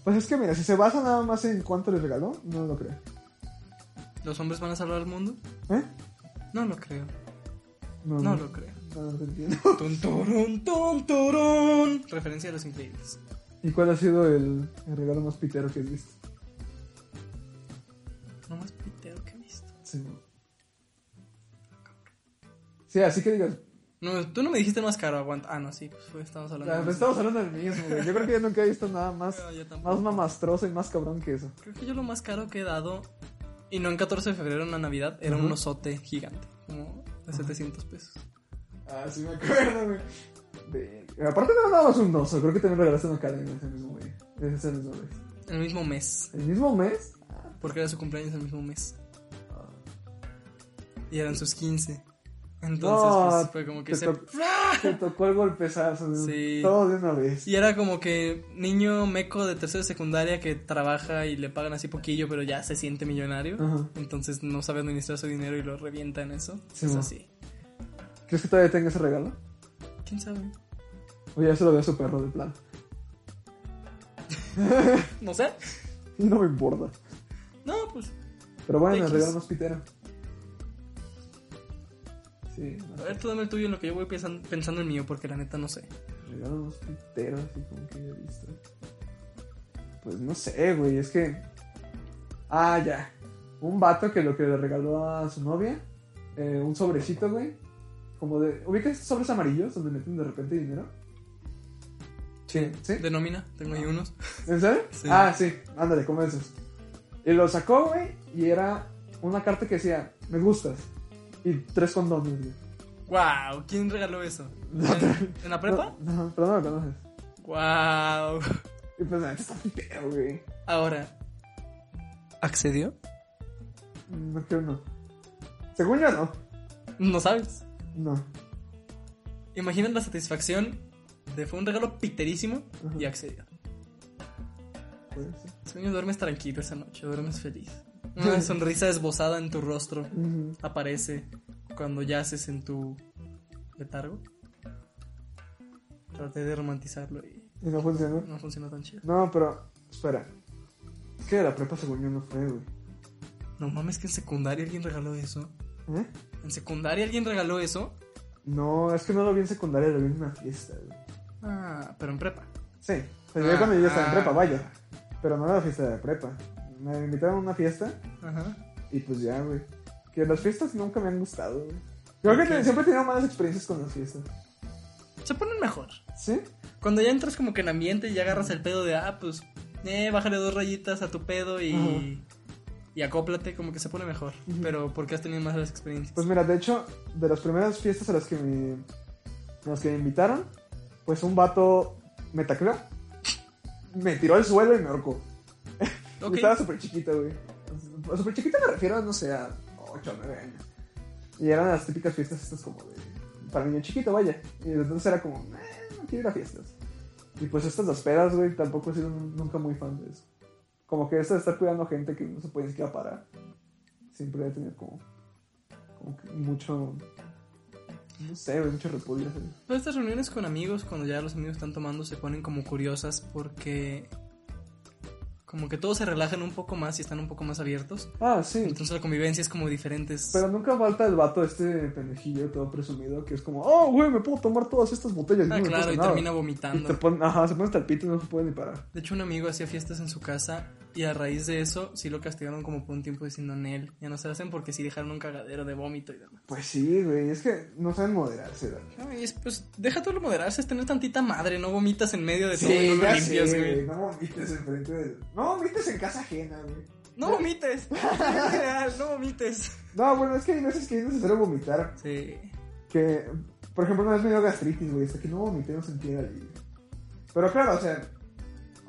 Speaker 2: Pues es que mira, si se basa nada más en cuánto le regaló, no lo creo.
Speaker 1: ¿Los hombres van a salvar al mundo?
Speaker 2: ¿Eh?
Speaker 1: No lo creo. No lo creo.
Speaker 2: No, no te entiendo. <laughs>
Speaker 1: Tun, turun, tun, turun. Referencia a los increíbles.
Speaker 2: ¿Y cuál ha sido el, el regalo más pitero que has visto?
Speaker 1: No más pitero que he visto.
Speaker 2: Sí. Sí, así que digas,
Speaker 1: No, tú no me dijiste el más caro, aguanta. Ah, no, sí, pues fue- estamos hablando.
Speaker 2: "Ah,
Speaker 1: de-
Speaker 2: pues estamos hablando del mismo, güey. Yo creo que yo nunca he visto nada más,
Speaker 1: No, yo tampoco.
Speaker 2: más mamastroso y más cabrón que eso.
Speaker 1: Creo que yo lo más caro que he dado, y no en 14 de febrero, en la Navidad, era un
Speaker 2: Ujú.
Speaker 1: osote gigante, como de 700 pesos.
Speaker 2: Ah, sí me acuerdo, güey. De- Aparte no nada más un oso, creo que también regalaste una cadena ese mismo día. Ese mismo mes.
Speaker 1: El mismo mes.
Speaker 2: ¿El mismo mes?
Speaker 1: Porque era su cumpleaños el mismo mes. Y eran sus 15. Entonces,
Speaker 2: Ah. No,
Speaker 1: pues fue como que
Speaker 2: te
Speaker 1: se. ¡Ah!
Speaker 2: tocó- Te tocó el golpezazo, güey.
Speaker 1: Sí.
Speaker 2: Todo de una vez.
Speaker 1: Y era como que niño meco de tercero de secundaria que trabaja y le pagan así poquillo, pero ya se siente millonario.
Speaker 2: Ajá.
Speaker 1: Entonces no sabe administrar su dinero y lo revienta en eso.
Speaker 2: Sí,
Speaker 1: es
Speaker 2: ma.
Speaker 1: así.
Speaker 2: ¿Crees que todavía tenga ese regalo?
Speaker 1: ¿Quién sabe?
Speaker 2: O ya se lo dio a su perro de plan.
Speaker 1: No sé.
Speaker 2: Y <laughs> no me importa.
Speaker 1: No, pues.
Speaker 2: Pero bueno, el
Speaker 1: X.
Speaker 2: regalo más pitero. Sí, no
Speaker 1: A
Speaker 2: sé,
Speaker 1: ver, tú dame el tuyo en lo que yo voy pensan- pensando el mío, porque la neta no sé.
Speaker 2: regalo más pitero, así como que yo he visto. Pues no sé, güey, es que. Ah, ya. Un vato que lo que le regaló a su novia, eh, un sobrecito, güey. Como de. ¿Ubicas estos sobres amarillos donde meten de repente dinero? Sí. ¿Sí?
Speaker 1: De nómina, tengo
Speaker 2: Ah.
Speaker 1: ahí unos.
Speaker 2: ¿En serio?
Speaker 1: Sí.
Speaker 2: Ah, sí, ándale, como esos. Y lo sacó, güey, y era una carta que decía, me gustas. Y tres condones, güey.
Speaker 1: ¡Wow! ¿Quién regaló eso? ¿En, en la prepa?
Speaker 2: No, no, pero no lo conoces.
Speaker 1: ¡Wow!
Speaker 2: Y pues, neta, está pitero, güey.
Speaker 1: Ahora. ¿Accedió?
Speaker 2: No creo, no. Según yo, no.
Speaker 1: No sabes.
Speaker 2: No.
Speaker 1: Imaginan la satisfacción de fue un regalo piterísimo
Speaker 2: Ajá.
Speaker 1: y accedió.
Speaker 2: Puede ser.
Speaker 1: Sueño, duermes tranquilo esa noche, duermes <laughs> feliz. Una sonrisa esbozada en tu rostro
Speaker 2: Ujú.
Speaker 1: aparece cuando yaces en tu letargo. Traté de romantizarlo y
Speaker 2: Y no funcionó.
Speaker 1: No funcionó tan chido.
Speaker 2: No, pero, espera. Es que la prepa según yo no fue, güey.
Speaker 1: No mames, que en secundaria alguien regaló eso.
Speaker 2: ¿Eh?
Speaker 1: ¿En secundaria alguien regaló eso?
Speaker 2: No, es que no lo vi en secundaria, lo vi en una fiesta, güey.
Speaker 1: Ah, pero en prepa.
Speaker 2: Sí, o sea, yo
Speaker 1: Ah,
Speaker 2: cuando yo estaba en
Speaker 1: ah.
Speaker 2: prepa, vaya. Pero no era la fiesta de prepa. Me invitaron a una fiesta
Speaker 1: Ajá.
Speaker 2: y pues ya, güey. Que las fiestas nunca me han gustado, güey. Creo que
Speaker 1: Ok.
Speaker 2: te- siempre he tenido malas experiencias con las fiestas.
Speaker 1: Se ponen mejor.
Speaker 2: ¿Sí?
Speaker 1: Cuando ya entras como que en ambiente y ya agarras el pedo de, ah, pues, eh, bájale dos rayitas a tu pedo y, y acóplate, como que se pone mejor.
Speaker 2: Ujú.
Speaker 1: Pero porque has tenido más las experiencias.
Speaker 2: Pues mira, de hecho, de las primeras fiestas a las que me, a las que me invitaron, pues un vato me tacleó. Me tiró al suelo y me ahorcó. Yo
Speaker 1: Ok.
Speaker 2: Estaba súper chiquito, güey. A súper chiquito me refiero, no sé, a 8 o 9 años. Y eran las típicas fiestas estas como de... Para niño chiquito, vaya. Y entonces era como, "Eh, no quiero ir a fiestas. Y pues estas las pedas, güey, tampoco he sido un- nunca muy fan de eso. Como que eso de estar cuidando gente que no se puede ni siquiera parar. Siempre he tenido como... Como que mucho... No sé, güey, mucho repudio. güey.
Speaker 1: Todas estas reuniones con amigos, cuando ya los amigos están tomando, se ponen como curiosas porque como que todos se relajan un poco más y están un poco más abiertos.
Speaker 2: Ah, sí.
Speaker 1: Entonces la convivencia es como diferente. es-
Speaker 2: Pero nunca falta el vato este pendejillo todo presumido que es como, oh, güey, me puedo tomar todas estas botellas.
Speaker 1: ah,
Speaker 2: no me
Speaker 1: claro,
Speaker 2: pasa
Speaker 1: y
Speaker 2: nada".
Speaker 1: termina
Speaker 2: Y te
Speaker 1: vomitando.
Speaker 2: pon- ajá, se pone hasta el pito y no se puede ni parar.
Speaker 1: De hecho, un amigo hacía fiestas en su casa y a raíz de eso sí lo castigaron como por un tiempo diciendo en él. Ya no se hacen porque sí dejaron un cagadero de vómito y demás.
Speaker 2: Pues sí, güey, es que no saben moderarse, güey.
Speaker 1: No, y es, pues deja todo lo moderarse, es tener tantita madre, no vomitas en medio de todo y
Speaker 2: Sí,
Speaker 1: no lo
Speaker 2: ya
Speaker 1: limpias,
Speaker 2: sé,
Speaker 1: güey.
Speaker 2: güey, No vomites en frente de... No vomites en casa ajena, güey.
Speaker 1: No vomites, <laughs> es real, no vomites.
Speaker 2: No, bueno, es que hay veces que es necesario vomitar.
Speaker 1: Sí,
Speaker 2: Que, por ejemplo, una vez me dio gastritis, güey, hasta que no vomité no sentía el alivio. Pero claro, o sea...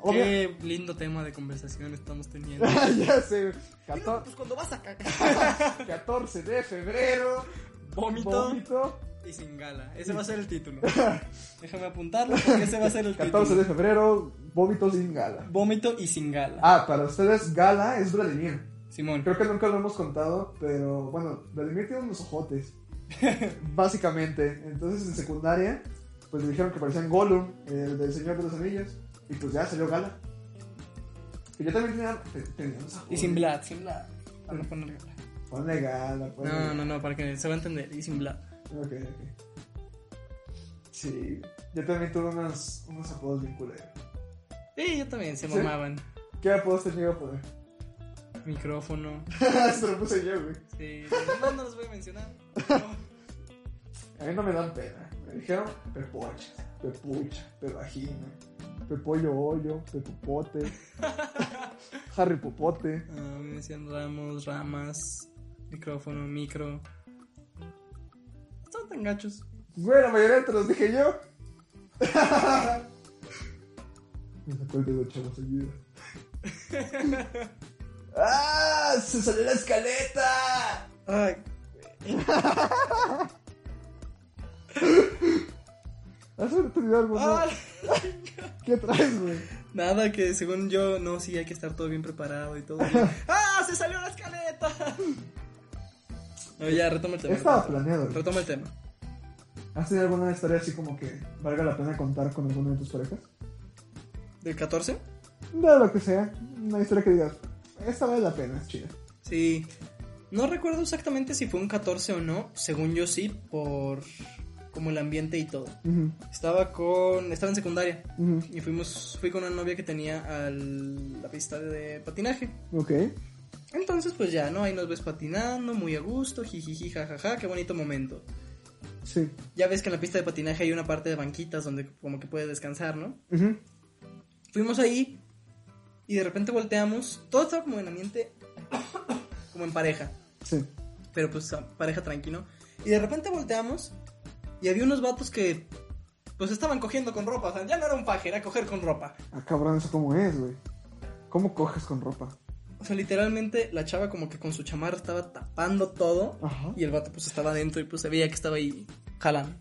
Speaker 2: obvio-
Speaker 1: Qué lindo tema de conversación estamos teniendo.
Speaker 2: <laughs> ya sé, güey.
Speaker 1: Digo,
Speaker 2: Cator-
Speaker 1: pues cuando vas a cagar.
Speaker 2: 14 de febrero.
Speaker 1: Vómito
Speaker 2: Vómito.
Speaker 1: y sin gala. Ese va a ser el
Speaker 2: <laughs>
Speaker 1: título. Déjame apuntarlo porque ese va a ser el
Speaker 2: 14 de
Speaker 1: título.
Speaker 2: febrero, vómito sin gala.
Speaker 1: Vómito y sin gala.
Speaker 2: este- Ah, para ustedes, gala es Vladimir.
Speaker 1: Simón.
Speaker 2: Creo que nunca lo hemos contado, pero bueno, Vladimir tiene unos ojotes. <laughs> básicamente. Entonces en secundaria, pues le dijeron que parecían Gollum, el del Señor de los Anillos. Y pues ya salió gala. Que yo también tenía, te- tenía unos
Speaker 1: Y
Speaker 2: ojotes.
Speaker 1: sin Vlad, sin Vlad. Para no poner gala.
Speaker 2: Ponle gala, ponle
Speaker 1: No,
Speaker 2: gala.
Speaker 1: no, no, para que se va a entender. Y sin Vlad.
Speaker 2: Ok, ok. Sí, yo también tuve unos, unos apodos bien culeros.
Speaker 1: Sí, yo también, se
Speaker 2: ¿Sí?
Speaker 1: mamaban.
Speaker 2: ¿Qué apodos te llegó a poner? <laughs>
Speaker 1: Micrófono.
Speaker 2: Se lo puse yo, güey.
Speaker 1: Sí. No, no los voy a
Speaker 2: <laughs>
Speaker 1: mencionar.
Speaker 2: A mí no me dan pena. Me dijeron pepocha, pepucha, pevagina, pepollo hoyo, pepopote, Harry Popote.
Speaker 1: Ah, me decían ramos, ramas, micrófono, micro. Están tan gachos.
Speaker 2: Güey, la mayoría te los dije yo. me sacó el dedo chavo seguido. ¡Ah! ¡Se salió la escaleta!
Speaker 1: Ay,
Speaker 2: ¿Has entendido algo? no?
Speaker 1: ay.
Speaker 2: ¿Qué traes, güey?
Speaker 1: Nada, que según yo, no, sí, hay que estar todo bien preparado y todo bien. ¡Ah! ¡Se salió la escaleta! <laughs> No, ya, retoma el tema.
Speaker 2: Estaba
Speaker 1: retoma el
Speaker 2: planeado.
Speaker 1: tema.
Speaker 2: güey.
Speaker 1: Retoma el tema.
Speaker 2: ¿Has tenido alguna historia así como que valga la pena contar con alguna de tus parejas?
Speaker 1: ¿Del 14?
Speaker 2: De lo que sea, una historia que digas, esta vale la pena, es chida.
Speaker 1: Sí. No recuerdo exactamente si fue un 14 o no. Según yo, sí, por. como el ambiente y todo.
Speaker 2: Ujú,
Speaker 1: Estaba con. estaba en secundaria.
Speaker 2: ujú.
Speaker 1: Y fuimos. fui con una novia que tenía a la pista de patinaje.
Speaker 2: Ok.
Speaker 1: Entonces, pues ya, ¿no? Ahí nos ves patinando, muy a gusto, jijiji, jajaja, qué bonito momento.
Speaker 2: Sí.
Speaker 1: Ya ves que en la pista de patinaje hay una parte de banquitas donde como que puedes descansar, ¿no?
Speaker 2: Ujú.
Speaker 1: Fuimos ahí y de repente volteamos. Todo estaba como en ambiente, como en pareja,
Speaker 2: Sí.
Speaker 1: pero pues a- pareja tranquilo. Y de repente volteamos y había unos vatos que pues estaban cogiendo con ropa. O sea, ya no era un paje, era coger con ropa.
Speaker 2: Ah, cabrón, ¿eso cómo es, güey? ¿Cómo coges con ropa?
Speaker 1: O sea, literalmente la chava como que con su chamarra estaba tapando todo
Speaker 2: Ajá.
Speaker 1: y el vato pues estaba adentro y pues se veía que estaba ahí jalando.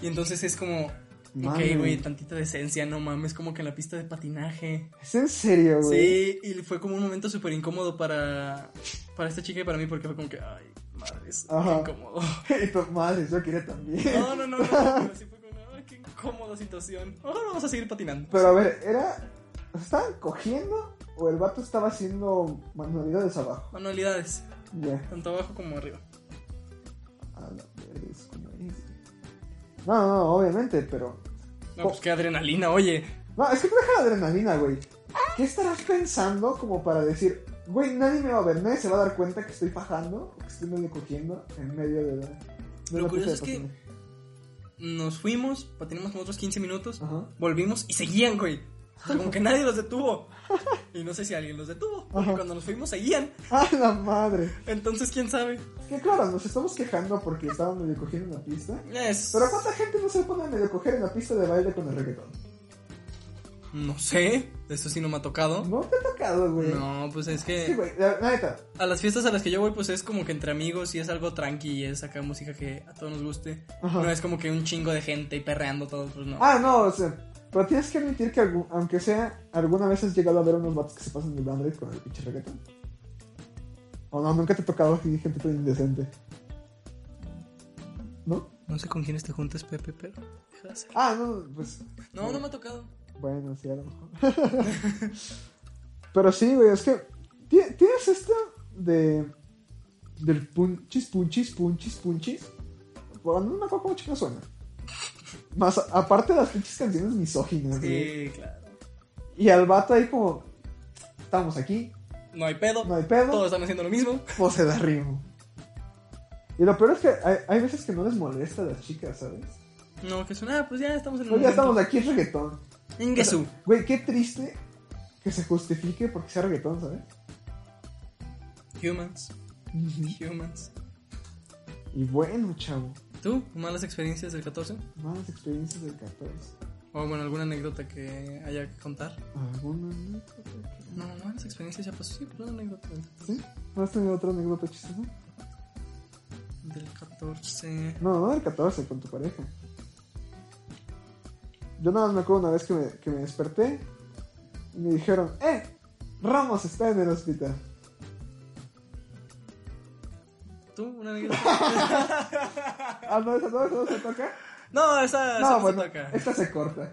Speaker 1: Y entonces es como...
Speaker 2: Mami.
Speaker 1: Ok, güey, tantita decencia, no mames, como que en la pista de patinaje.
Speaker 2: ¿Es en serio, güey?
Speaker 1: Sí, y fue como un momento súper incómodo para, para esta chica y para mí porque fue como que, ay, madre, es
Speaker 2: Ajá.
Speaker 1: incómodo. <laughs>
Speaker 2: <laughs> y tu madre, yo quería también.
Speaker 1: No, no, no, no, pero sí fue como, ay, qué incómoda situación. Ahora vamos a seguir patinando.
Speaker 2: Pero a ver, era. ¿Estaban cogiendo? ¿O el vato estaba haciendo manualidades abajo?
Speaker 1: Manualidades,
Speaker 2: Ya.
Speaker 1: tanto abajo como arriba.
Speaker 2: A la verga, es como es. No, no, no, obviamente, pero.
Speaker 1: No,
Speaker 2: Oh.
Speaker 1: pues qué adrenalina, oye.
Speaker 2: No, es que te deja la adrenalina, güey. ¿Qué estarás pensando como para decir, güey, nadie me va a ver, nadie se va a dar cuenta que estoy fajando, que estoy medio cogiendo en medio de la. de
Speaker 1: Lo
Speaker 2: la
Speaker 1: curioso
Speaker 2: pista de
Speaker 1: es que-
Speaker 2: patinaje?
Speaker 1: Nos fuimos, patinamos como otros 15 minutos,
Speaker 2: Ajá.
Speaker 1: volvimos y seguían, güey. O sea, como que nadie los
Speaker 2: <laughs>
Speaker 1: detuvo. Y no sé si alguien los detuvo, porque
Speaker 2: Ajá.
Speaker 1: cuando nos fuimos seguían.
Speaker 2: ¡A ¡Ah, la madre!
Speaker 1: Entonces, quién sabe.
Speaker 2: Que claro, nos estamos quejando porque estaban medio cogiendo en la pista.
Speaker 1: Es-
Speaker 2: Pero ¿cuánta gente no se pone a medio coger en la pista de baile con el reggaetón?
Speaker 1: No sé, eso sí no me ha tocado.
Speaker 2: No te ha tocado, güey.
Speaker 1: No, pues es
Speaker 2: Sí,
Speaker 1: que
Speaker 2: güey, la la neta.
Speaker 1: a las fiestas a las que yo voy, pues es como que entre amigos y es algo tranqui y es acá música que a todos nos guste.
Speaker 2: Ajá.
Speaker 1: No es como que un chingo de gente y perreando todos, pues no.
Speaker 2: Ah, no, o sea, pero tienes que admitir que algu- aunque sea, alguna vez has llegado a ver unos vatos que se pasan de Android con el pinche reggaetón. O no, nunca te ha tocado así gente tan indecente. ¿No?
Speaker 1: No sé con quiénes te juntas, Pepe, pero. deja de ser.
Speaker 2: Ah, no, pues
Speaker 1: No, no me ha tocado.
Speaker 2: bueno, sí, a lo mejor. <laughs> pero sí, güey, es que ti- tienes esto de del punchis, punchis, punchis, punchis. Bueno, no me acuerdo cómo chica suena. Más a- aparte de las pinches canciones misóginas, güey.
Speaker 1: Sí, claro.
Speaker 2: Y al vato ahí como, estamos aquí,
Speaker 1: No hay pedo.
Speaker 2: no hay pedo,
Speaker 1: Todos están haciendo lo mismo.
Speaker 2: pues se da ritmo. Y lo peor es que hay, hay veces que no les molesta a las chicas, ¿sabes?
Speaker 1: No, que suena, ah, pues ya estamos en el
Speaker 2: Pues ya estamos
Speaker 1: momento.
Speaker 2: aquí en reggaetón.
Speaker 1: Ingesu.
Speaker 2: Güey, qué triste que se justifique porque sea reggaetón, ¿sabes?
Speaker 1: Humans. Humans.
Speaker 2: Y bueno, chavo,
Speaker 1: ¿Tú? ¿Malas experiencias del 14?
Speaker 2: malas experiencias del 14.
Speaker 1: O bueno, alguna anécdota que haya que contar.
Speaker 2: ¿Alguna anécdota? que-
Speaker 1: No, malas experiencias ya pasó. Sí, pues una anécdota del
Speaker 2: ¿Sí? ¿No has tenido otra anécdota chistosa?
Speaker 1: del 14.
Speaker 2: No, no del 14, con tu pareja. Yo nada más me acuerdo una vez que me, que me desperté y me dijeron, ¡eh! Ramos está en el hospital.
Speaker 1: ¿Tú? ¿Una
Speaker 2: <laughs>
Speaker 1: anécdota?
Speaker 2: Ah, no, esa no, esa no se toca.
Speaker 1: no, esa, esa
Speaker 2: No,
Speaker 1: no
Speaker 2: bueno,
Speaker 1: se toca.
Speaker 2: esta se corta.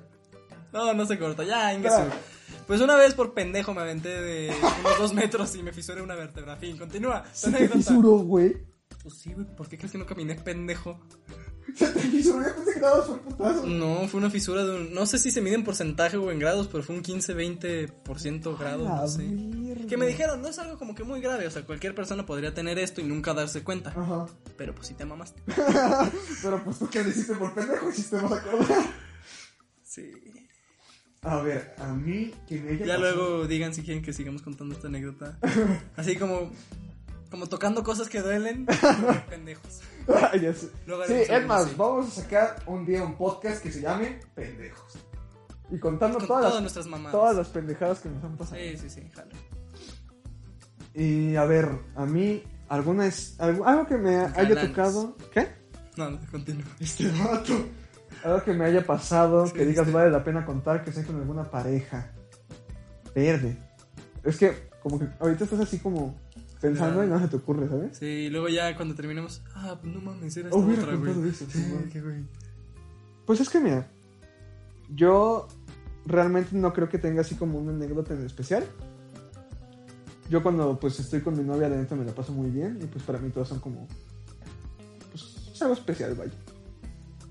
Speaker 1: No, no se corta. Ya, Ingesu.
Speaker 2: Claro.
Speaker 1: Pues una vez por pendejo me aventé de unos dos metros y me fisuré una vértebra. Fin, continúa. tu
Speaker 2: Se te
Speaker 1: anécdota.
Speaker 2: fisuró, güey. <laughs>
Speaker 1: Pues sí, güey, ¿por qué crees que no caminé pendejo?
Speaker 2: Se te fisuró, yo pensé que nada más fue un putazo.
Speaker 1: No, fue una fisura de un... No sé si se mide en porcentaje o en grados, pero fue un 15-20% grado,
Speaker 2: La
Speaker 1: no sé.
Speaker 2: mierda.
Speaker 1: Que me dijeron, no es algo como que muy grave, o sea, cualquier persona podría tener esto y nunca darse cuenta.
Speaker 2: Ajá.
Speaker 1: Pero pues si te mamaste.
Speaker 2: Pero pues tú que lo hiciste por pendejo, hiciste más acordar.
Speaker 1: Sí.
Speaker 2: A ver, a mí que me haya
Speaker 1: Ya
Speaker 2: pasado-
Speaker 1: luego digan si quieren que sigamos contando esta
Speaker 2: <laughs>
Speaker 1: anécdota. Así como, como tocando cosas que
Speaker 2: <laughs>
Speaker 1: duelen. pendejos.
Speaker 2: Ay, ya sé.
Speaker 1: Luego
Speaker 2: Sí,
Speaker 1: haremos
Speaker 2: es
Speaker 1: algo
Speaker 2: más,
Speaker 1: así.
Speaker 2: vamos a sacar un día un podcast que se llame Pendejos. Y contando
Speaker 1: Con
Speaker 2: todas,
Speaker 1: todas
Speaker 2: las,
Speaker 1: nuestras mamadas.
Speaker 2: todas las pendejadas que nos han pasado.
Speaker 1: Sí, sí, sí, jalo.
Speaker 2: Y a ver, a mí, alguna es, algo, algo que me haya
Speaker 1: Galanes.
Speaker 2: tocado. ¿Qué?
Speaker 1: No, no, continúa.
Speaker 2: Este rato. Algo que me haya pasado,
Speaker 1: Sí,
Speaker 2: que digas
Speaker 1: sí.
Speaker 2: vale la pena contar, que sea con alguna pareja. Verde. Es que, como que ahorita estás así como pensando
Speaker 1: Claro.
Speaker 2: y no se te ocurre, ¿sabes?
Speaker 1: Sí, y luego ya cuando terminemos, ah, pues no mames, era esta
Speaker 2: Oh, hubiera
Speaker 1: otra, güey.
Speaker 2: contado eso, sí,
Speaker 1: Sí,
Speaker 2: güey.
Speaker 1: qué güey.
Speaker 2: Pues es que mira, yo realmente no creo que tenga así como una anécdota en especial. Yo cuando pues estoy con mi novia, la neta me la paso muy bien y pues para mí todas son como pues es algo especial, vaya.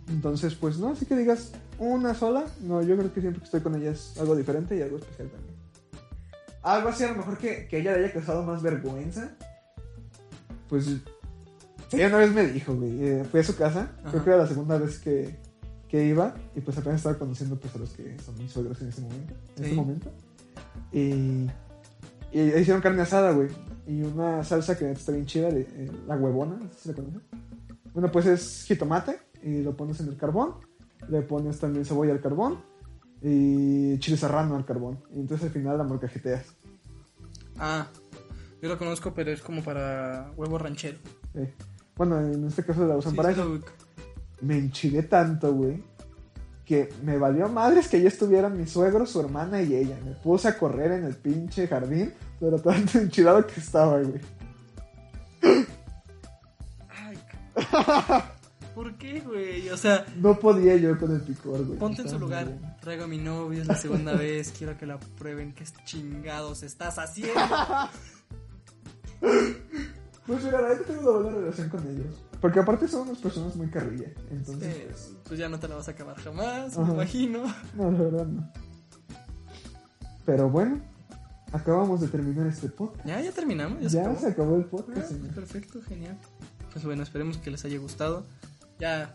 Speaker 2: Entonces, pues no, así que digas una sola, no, yo creo que siempre que estoy con ella es algo diferente y algo especial también. Algo así a lo mejor que, que ella le haya causado más vergüenza. Pues ella una vez me dijo, güey, eh, fui a su casa, creo
Speaker 1: Ajá.
Speaker 2: que era la segunda vez que, que iba y pues apenas estaba conociendo pues a los que son mis suegros en ese momento. En
Speaker 1: Sí.
Speaker 2: ese momento. Y, y hicieron carne asada, güey. Y una salsa que está bien chida, de, eh, la huevona, no sé si la conoces. Bueno, pues es jitomate y lo pones en el carbón. Le pones también cebolla al carbón y chile serrano al carbón. Y entonces al final la morcajeteas.
Speaker 1: Ah, yo lo conozco, pero es como para huevo ranchero.
Speaker 2: eh. Bueno, en este caso la usan
Speaker 1: Sí,
Speaker 2: para
Speaker 1: sí
Speaker 2: eso.
Speaker 1: lo ubico.
Speaker 2: Me enchilé tanto, güey, que me valió madres que ya estuvieran mi suegro, su hermana y ella. Me puse a correr en el pinche jardín, pero tanto <laughs> enchilado que estaba, güey.
Speaker 1: Ay,
Speaker 2: <laughs>
Speaker 1: ¿Por qué, güey? O sea,
Speaker 2: No podía yo con el picor, güey.
Speaker 1: ponte en su
Speaker 2: Estaba muy
Speaker 1: lugar.
Speaker 2: bien.
Speaker 1: Traigo a mi novio, es la
Speaker 2: <laughs>
Speaker 1: segunda vez. Quiero que la prueben. ¿Qué chingados estás haciendo?
Speaker 2: Pues mira, la verdad tengo una buena relación con ellos. Porque aparte son unas personas muy carrilla. Entonces,
Speaker 1: Eh,
Speaker 2: pues,
Speaker 1: pues ya no te la vas a acabar jamás,
Speaker 2: Ajá.
Speaker 1: me imagino.
Speaker 2: no, la verdad no. Pero bueno, acabamos de terminar este podcast.
Speaker 1: Ya, ya terminamos. Ya, se
Speaker 2: Ya
Speaker 1: acabó.
Speaker 2: se acabó el
Speaker 1: Ah,
Speaker 2: podcast, señor.
Speaker 1: perfecto, genial. Pues bueno, esperemos que les haya gustado. Ya,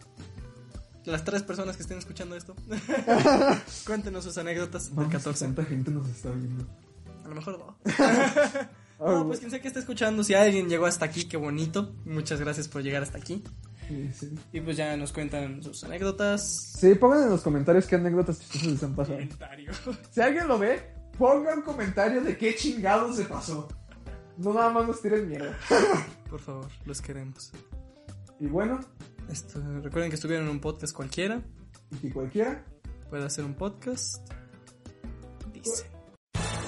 Speaker 1: las tres personas que estén escuchando esto, <laughs> cuéntenos sus anécdotas del
Speaker 2: Vamos,
Speaker 1: 14.
Speaker 2: ¿Cuánta gente nos está viendo?
Speaker 1: A lo mejor no.
Speaker 2: Ah,
Speaker 1: No, pues quien sea que esté escuchando, si alguien llegó hasta aquí, qué bonito. Muchas gracias por llegar hasta aquí.
Speaker 2: Sí, sí.
Speaker 1: Y pues ya nos cuentan sus anécdotas.
Speaker 2: Sí, pongan en los comentarios qué anécdotas chistosas les han pasado.
Speaker 1: Comentario.
Speaker 2: Si alguien lo ve, ponga un comentario de qué chingados se pasó. No nada más nos tiren mierda.
Speaker 1: Por favor, los queremos.
Speaker 2: Y bueno,
Speaker 1: Esto, recuerden que estuvieron en un podcast cualquiera.
Speaker 2: y que cualquiera
Speaker 1: Puede hacer un podcast. Dice.